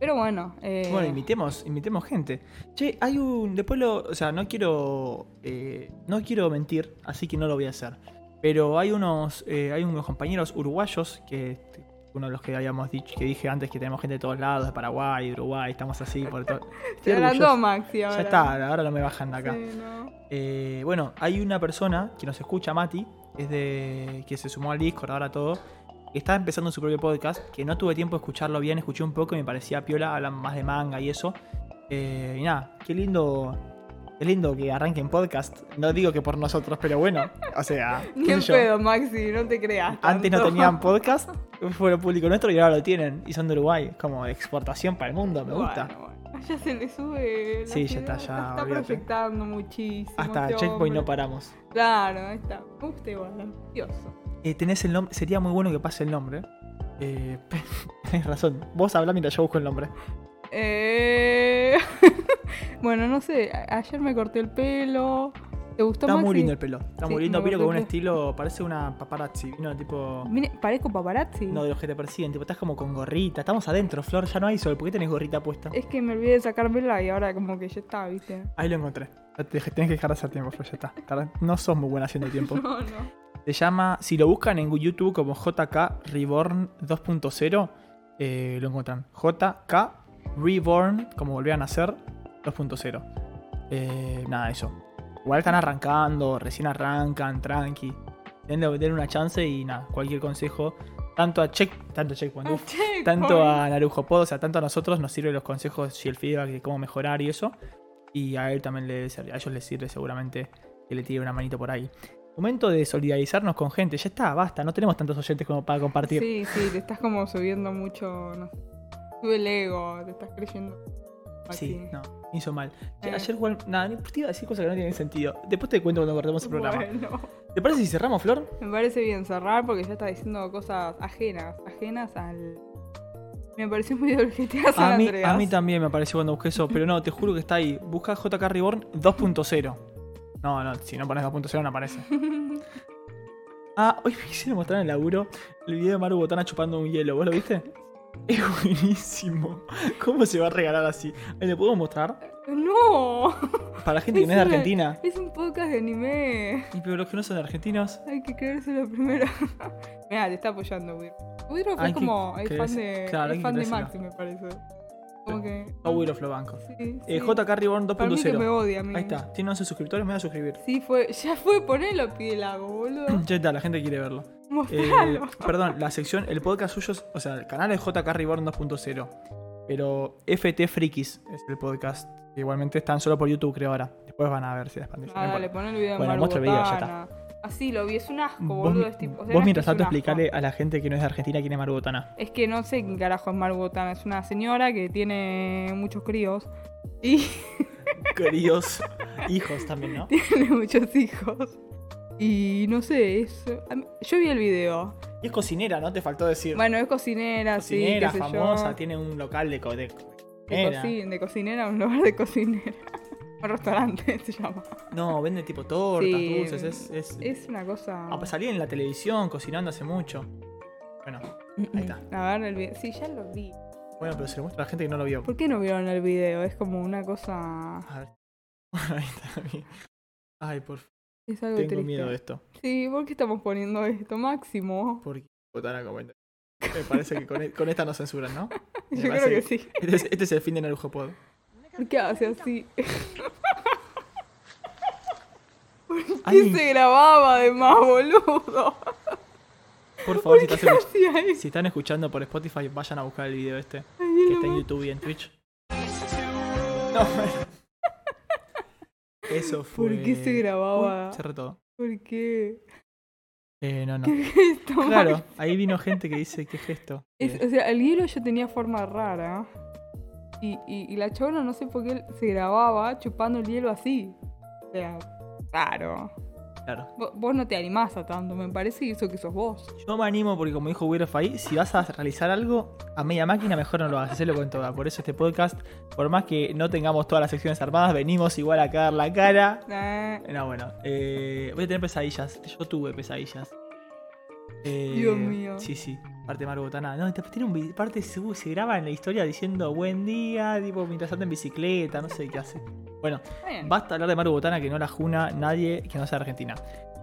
Speaker 3: Pero bueno, eh,
Speaker 1: Bueno, invitemos, invitemos gente. Che, hay un. Después lo. O sea, no quiero. eh, no quiero mentir, así que no lo voy a hacer. Pero hay unos. eh, hay unos compañeros uruguayos que. este, uno de los que habíamos dicho, que dije antes que tenemos gente de todos lados, de Paraguay, de Uruguay, estamos así por todo. Estoy
Speaker 3: Te agrandó
Speaker 1: orgulloso.
Speaker 3: Maxi ahora.
Speaker 1: Ya está, ahora no me bajan de acá.
Speaker 3: Sí, no.
Speaker 1: Eh, bueno, hay una persona que nos escucha, Mati, es de que se sumó al Discord ahora todo, que está empezando su propio podcast, que no tuve tiempo de escucharlo bien, escuché un poco y me parecía piola, hablan más de manga y eso. Eh, y nada, qué lindo, qué lindo que arranquen podcast. No digo que por nosotros, pero bueno, o sea,
Speaker 3: Ni
Speaker 1: qué
Speaker 3: en
Speaker 1: sé yo.
Speaker 3: pedo, Maxi, no te creas.
Speaker 1: Antes no
Speaker 3: tanto.
Speaker 1: tenían podcast, fueron público nuestro y ahora lo tienen. Y son de Uruguay, como de exportación para el mundo, me
Speaker 3: Bueno,
Speaker 1: gusta.
Speaker 3: bueno. Ya se le sube. la
Speaker 1: Sí, ya está,
Speaker 3: ansiedad,
Speaker 1: ya,
Speaker 3: Está
Speaker 1: olvídate.
Speaker 3: proyectando muchísimo.
Speaker 1: Hasta
Speaker 3: este
Speaker 1: Checkpoint no
Speaker 3: hombre.
Speaker 1: paramos.
Speaker 3: Claro, ahí está. Me gusta igual, ansioso.
Speaker 1: Eh, tenés el nombre. Sería muy bueno que pase el nombre. Eh, tenés razón. Vos hablá mientras yo busco el nombre.
Speaker 3: Eh... bueno, no sé. a- Ayer me corté el pelo. ¿Te gustó
Speaker 1: Está
Speaker 3: Maxi?
Speaker 1: muy lindo el pelo. Está
Speaker 3: Sí,
Speaker 1: muy lindo.
Speaker 3: me Mm.
Speaker 1: Vino
Speaker 3: acordé
Speaker 1: con un
Speaker 3: que-
Speaker 1: estilo. Parece una paparazzi. Vino tipo.
Speaker 3: Mire, parezco paparazzi.
Speaker 1: No, de los que te persiguen. Tipo, estás como con gorrita. Estamos adentro, Flor. Ya no hay sol. ¿Por qué tenés gorrita puesta?
Speaker 3: Es que me olvidé de sacármela y ahora como que ya está, ¿viste?
Speaker 1: Ahí lo encontré. Ya te dejé- Tenés que dejar de hacer tiempo, Flor. Ya está. Tardás- No sos muy buena haciendo tiempo.
Speaker 3: No, no.
Speaker 1: Se llama. Si lo buscan en YouTube como JK Reborn 2.0, eh, lo encuentran. JK Reborn, como volvían a ser, 2.0. Eh, nada, eso. Igual están arrancando, recién arrancan, tranqui. Tienen que tener una chance y nada, cualquier consejo. Tanto a Check, tanto a Checkpoint, uf,
Speaker 3: Ah, Checkpoint.
Speaker 1: tanto a Narujo Pod, o sea, tanto a nosotros nos sirven los consejos y el feedback de cómo mejorar y eso. Y a él también le ser- a ellos les sirve seguramente que le tire una manito por ahí. Momento de solidarizarnos con gente, ya está, basta, no tenemos tantos oyentes como para compartir.
Speaker 3: Sí, sí, te estás como subiendo mucho, no sé. Sube el ego, te estás creyendo.
Speaker 1: Sí,
Speaker 3: Maxi.
Speaker 1: no, hizo mal. Che,
Speaker 3: Eh.
Speaker 1: Ayer, igual, nada, ni- te iba a decir cosas que no tienen sentido. Después te cuento cuando cortemos el programa.
Speaker 3: Bueno,
Speaker 1: ¿Te parece si cerramos, Flor?
Speaker 3: me parece bien cerrar porque ya está diciendo cosas ajenas, ajenas al... Me pareció muy del GTA San
Speaker 1: A mí,
Speaker 3: Andreas.
Speaker 1: a mí también me apareció cuando busqué eso, pero no, te juro que está ahí. Busca JK Reborn 2.0. No, no, si no pones 2.0 no aparece. Ah, hoy me hicieron mostrar en el laburo el video de Maru Botana chupando un hielo, ¿vos lo viste? Es buenísimo. ¿Cómo se va a regalar así? Ay, ¿Le puedo mostrar?
Speaker 3: ¡No!
Speaker 1: Para la gente que no es de
Speaker 3: una-
Speaker 1: Argentina.
Speaker 3: Es un podcast de anime.
Speaker 1: Y pero los que no son argentinos.
Speaker 3: Hay que creérselo primero. Mira, te está apoyando, Weird. Weird fue
Speaker 1: Hay que
Speaker 3: como el fan
Speaker 1: creerse-
Speaker 3: de,
Speaker 1: claro, hay
Speaker 3: el
Speaker 1: que
Speaker 3: fan de
Speaker 1: creérselo.
Speaker 3: Maxi, me parece. Como que...
Speaker 1: No, Will of los bancos.
Speaker 3: Sí,
Speaker 1: Eh,
Speaker 3: sí.
Speaker 1: JK Reborn
Speaker 3: Para mí que me
Speaker 1: 2.0.
Speaker 3: odia, a mí.
Speaker 1: Ahí está. Tiene 11 suscriptores, me voy a suscribir.
Speaker 3: Sí, fue, ya fue, ponelo, Pielago, boludo.
Speaker 1: Ya está, la gente quiere verlo. Eh,
Speaker 3: Mostralo.
Speaker 1: perdón, la sección, el podcast suyo, es- o sea, el canal es JK Reborn 2.0. Pero FT Frikis es el podcast. que Igualmente están solo por YouTube, creo ahora. Después van a ver si las pantallas.
Speaker 3: Ah,
Speaker 1: no
Speaker 3: dale,
Speaker 1: importa.
Speaker 3: pon el video
Speaker 1: Bueno,
Speaker 3: de Maru
Speaker 1: muestra el video, ya
Speaker 3: Botana. Así lo vi, es un asco,
Speaker 1: Vos
Speaker 3: boludo.
Speaker 1: mi-
Speaker 3: es tipo-
Speaker 1: vos
Speaker 3: o sea, no es que
Speaker 1: mientras
Speaker 3: es un
Speaker 1: tanto
Speaker 3: asco.
Speaker 1: explicale a la gente que no es de Argentina quién es Margotana.
Speaker 3: Es que no sé quién carajo es Maru Botana. Es una señora que tiene muchos críos. Y
Speaker 1: Queridos hijos también, ¿no?
Speaker 3: tiene muchos hijos. Y no sé, es... a mí- Yo vi el video.
Speaker 1: Y es cocinera, ¿no? Te faltó decir.
Speaker 3: Bueno, es cocinera,
Speaker 1: cocinera,
Speaker 3: sí, qué sé
Speaker 1: famosa,
Speaker 3: yo.
Speaker 1: tiene un local de, co- de
Speaker 3: De,
Speaker 1: cocinera.
Speaker 3: cocina, de cocinera, un lugar de cocinera. un restaurante se llama.
Speaker 1: No, vende tipo tortas,
Speaker 3: Sí.
Speaker 1: dulces, es, es,
Speaker 3: Es una cosa...
Speaker 1: Ah, pues salí en la televisión cocinando hace mucho. Bueno, ahí está.
Speaker 3: Mm, A ver, el video. Sí, ya lo vi.
Speaker 1: Bueno, pero se lo muestra a la gente que no lo vio.
Speaker 3: ¿Por qué no vieron el video? Es como una cosa.
Speaker 1: A ver. Bueno, ahí está bien. Ay, por favor,
Speaker 3: Es algo
Speaker 1: tengo
Speaker 3: triste.
Speaker 1: miedo de esto.
Speaker 3: Sí, ¿por qué estamos poniendo esto, Máximo?
Speaker 1: Porque botan a comentar. Me parece que con, e- con esta nos censuran, ¿no? Me
Speaker 3: Yo
Speaker 1: parece
Speaker 3: creo que sí.
Speaker 1: Este es, este es el fin de Narujo Pod.
Speaker 3: ¿Por qué hace así? ¿Qué
Speaker 1: Ay,
Speaker 3: se grababa además, boludo?
Speaker 1: por favor, si,
Speaker 3: ¿Qué
Speaker 1: estás escuch-
Speaker 3: hacía eso?
Speaker 1: si están escuchando por Spotify, vayan a buscar el video este.
Speaker 3: Ay,
Speaker 1: Que
Speaker 3: no
Speaker 1: está en
Speaker 3: me-
Speaker 1: YouTube y en Twitch. No, bueno. Eso fue.
Speaker 3: ¿Por qué se grababa?
Speaker 1: Uy, cerré todo.
Speaker 3: ¿Por qué?
Speaker 1: Eh, no, no.
Speaker 3: ¿Qué gesto, Max?
Speaker 1: Claro, ahí vino gente que dice, ¿qué es esto?
Speaker 3: Es-
Speaker 1: Eh,
Speaker 3: o sea, el hielo ya tenía forma rara. Y, y, y la chabona no sé por qué se grababa chupando el hielo así. O sea, raro.
Speaker 1: claro.
Speaker 3: Vo- Vos no te animás a tanto, me parece que eso que sos vos.
Speaker 1: Yo me animo porque como dijo Weird ahí, si vas a realizar algo a media máquina, mejor no lo hagas, hacelo con toda. Por eso este podcast, por más que no tengamos todas las secciones armadas, venimos igual a cagar la cara.
Speaker 3: Eh,
Speaker 1: No, bueno, eh, voy a tener pesadillas. Yo tuve pesadillas. Eh,
Speaker 3: Dios mío.
Speaker 1: Sí, sí. Parte Maru Botana. No, te tiene un vi- parte se, se graba en la historia diciendo buen día, tipo mientras anda en bicicleta, no sé qué hace. Bueno,
Speaker 3: está bien.
Speaker 1: Basta hablar de Maru Botana que no la juna nadie que no sea argentina.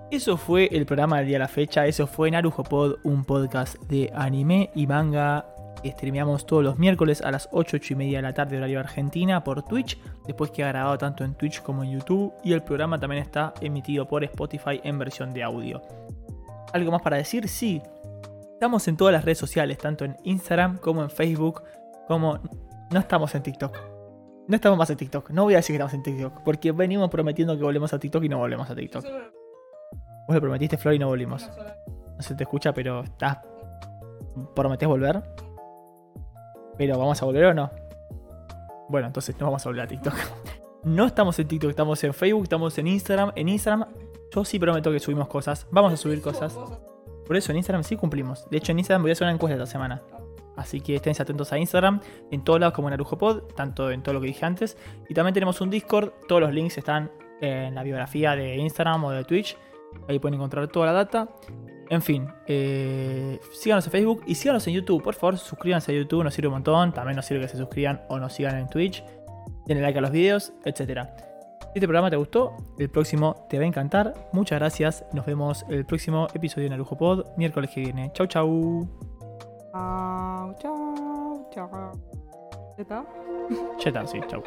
Speaker 1: Eso fue el programa del día a la fecha. Eso fue Narujo Pod, un podcast de anime y manga que streameamos todos los miércoles a las 8, 8 y media de la tarde, horario argentina, por Twitch. Después queda grabado tanto en Twitch como en YouTube. Y el programa también está emitido por Spotify en versión de audio. ¿Algo más para decir? Sí. Estamos en todas las redes sociales, tanto en Instagram como en Facebook, como no estamos en TikTok. No estamos más en TikTok. No voy a decir que estamos en TikTok, porque venimos prometiendo que volvemos a TikTok y no volvemos a TikTok. Vos lo prometiste, Flor, y no volvimos. No se te escucha, pero estás. ¿Prometés volver? Pero ¿vamos a volver o no? Bueno, entonces no vamos a volver a TikTok. No estamos en TikTok, estamos en Facebook, estamos en Instagram. En Instagram, yo sí prometo que subimos cosas. Vamos a subir cosas. Por eso en Instagram sí cumplimos. De hecho, en Instagram voy a hacer una encuesta esta semana. Así que estén atentos a Instagram, en todos lados como en ArujoPod, tanto en todo lo que dije antes. Y también tenemos un Discord, todos los links están en la biografía de Instagram o de Twitch. Ahí pueden encontrar toda la data. En fin, eh, síganos en Facebook y síganos en YouTube. Por favor, suscríbanse a YouTube, nos sirve un montón. También nos sirve que se suscriban o nos sigan en Twitch. Denle like a los videos, etc. Si este programa te gustó, el próximo te va a encantar. Muchas gracias. Nos vemos el próximo episodio de Narujo Pod, miércoles que viene. Chau, chau.
Speaker 3: Chao, chao, chao. ¿Ya está?
Speaker 1: Ya está, sí, chau.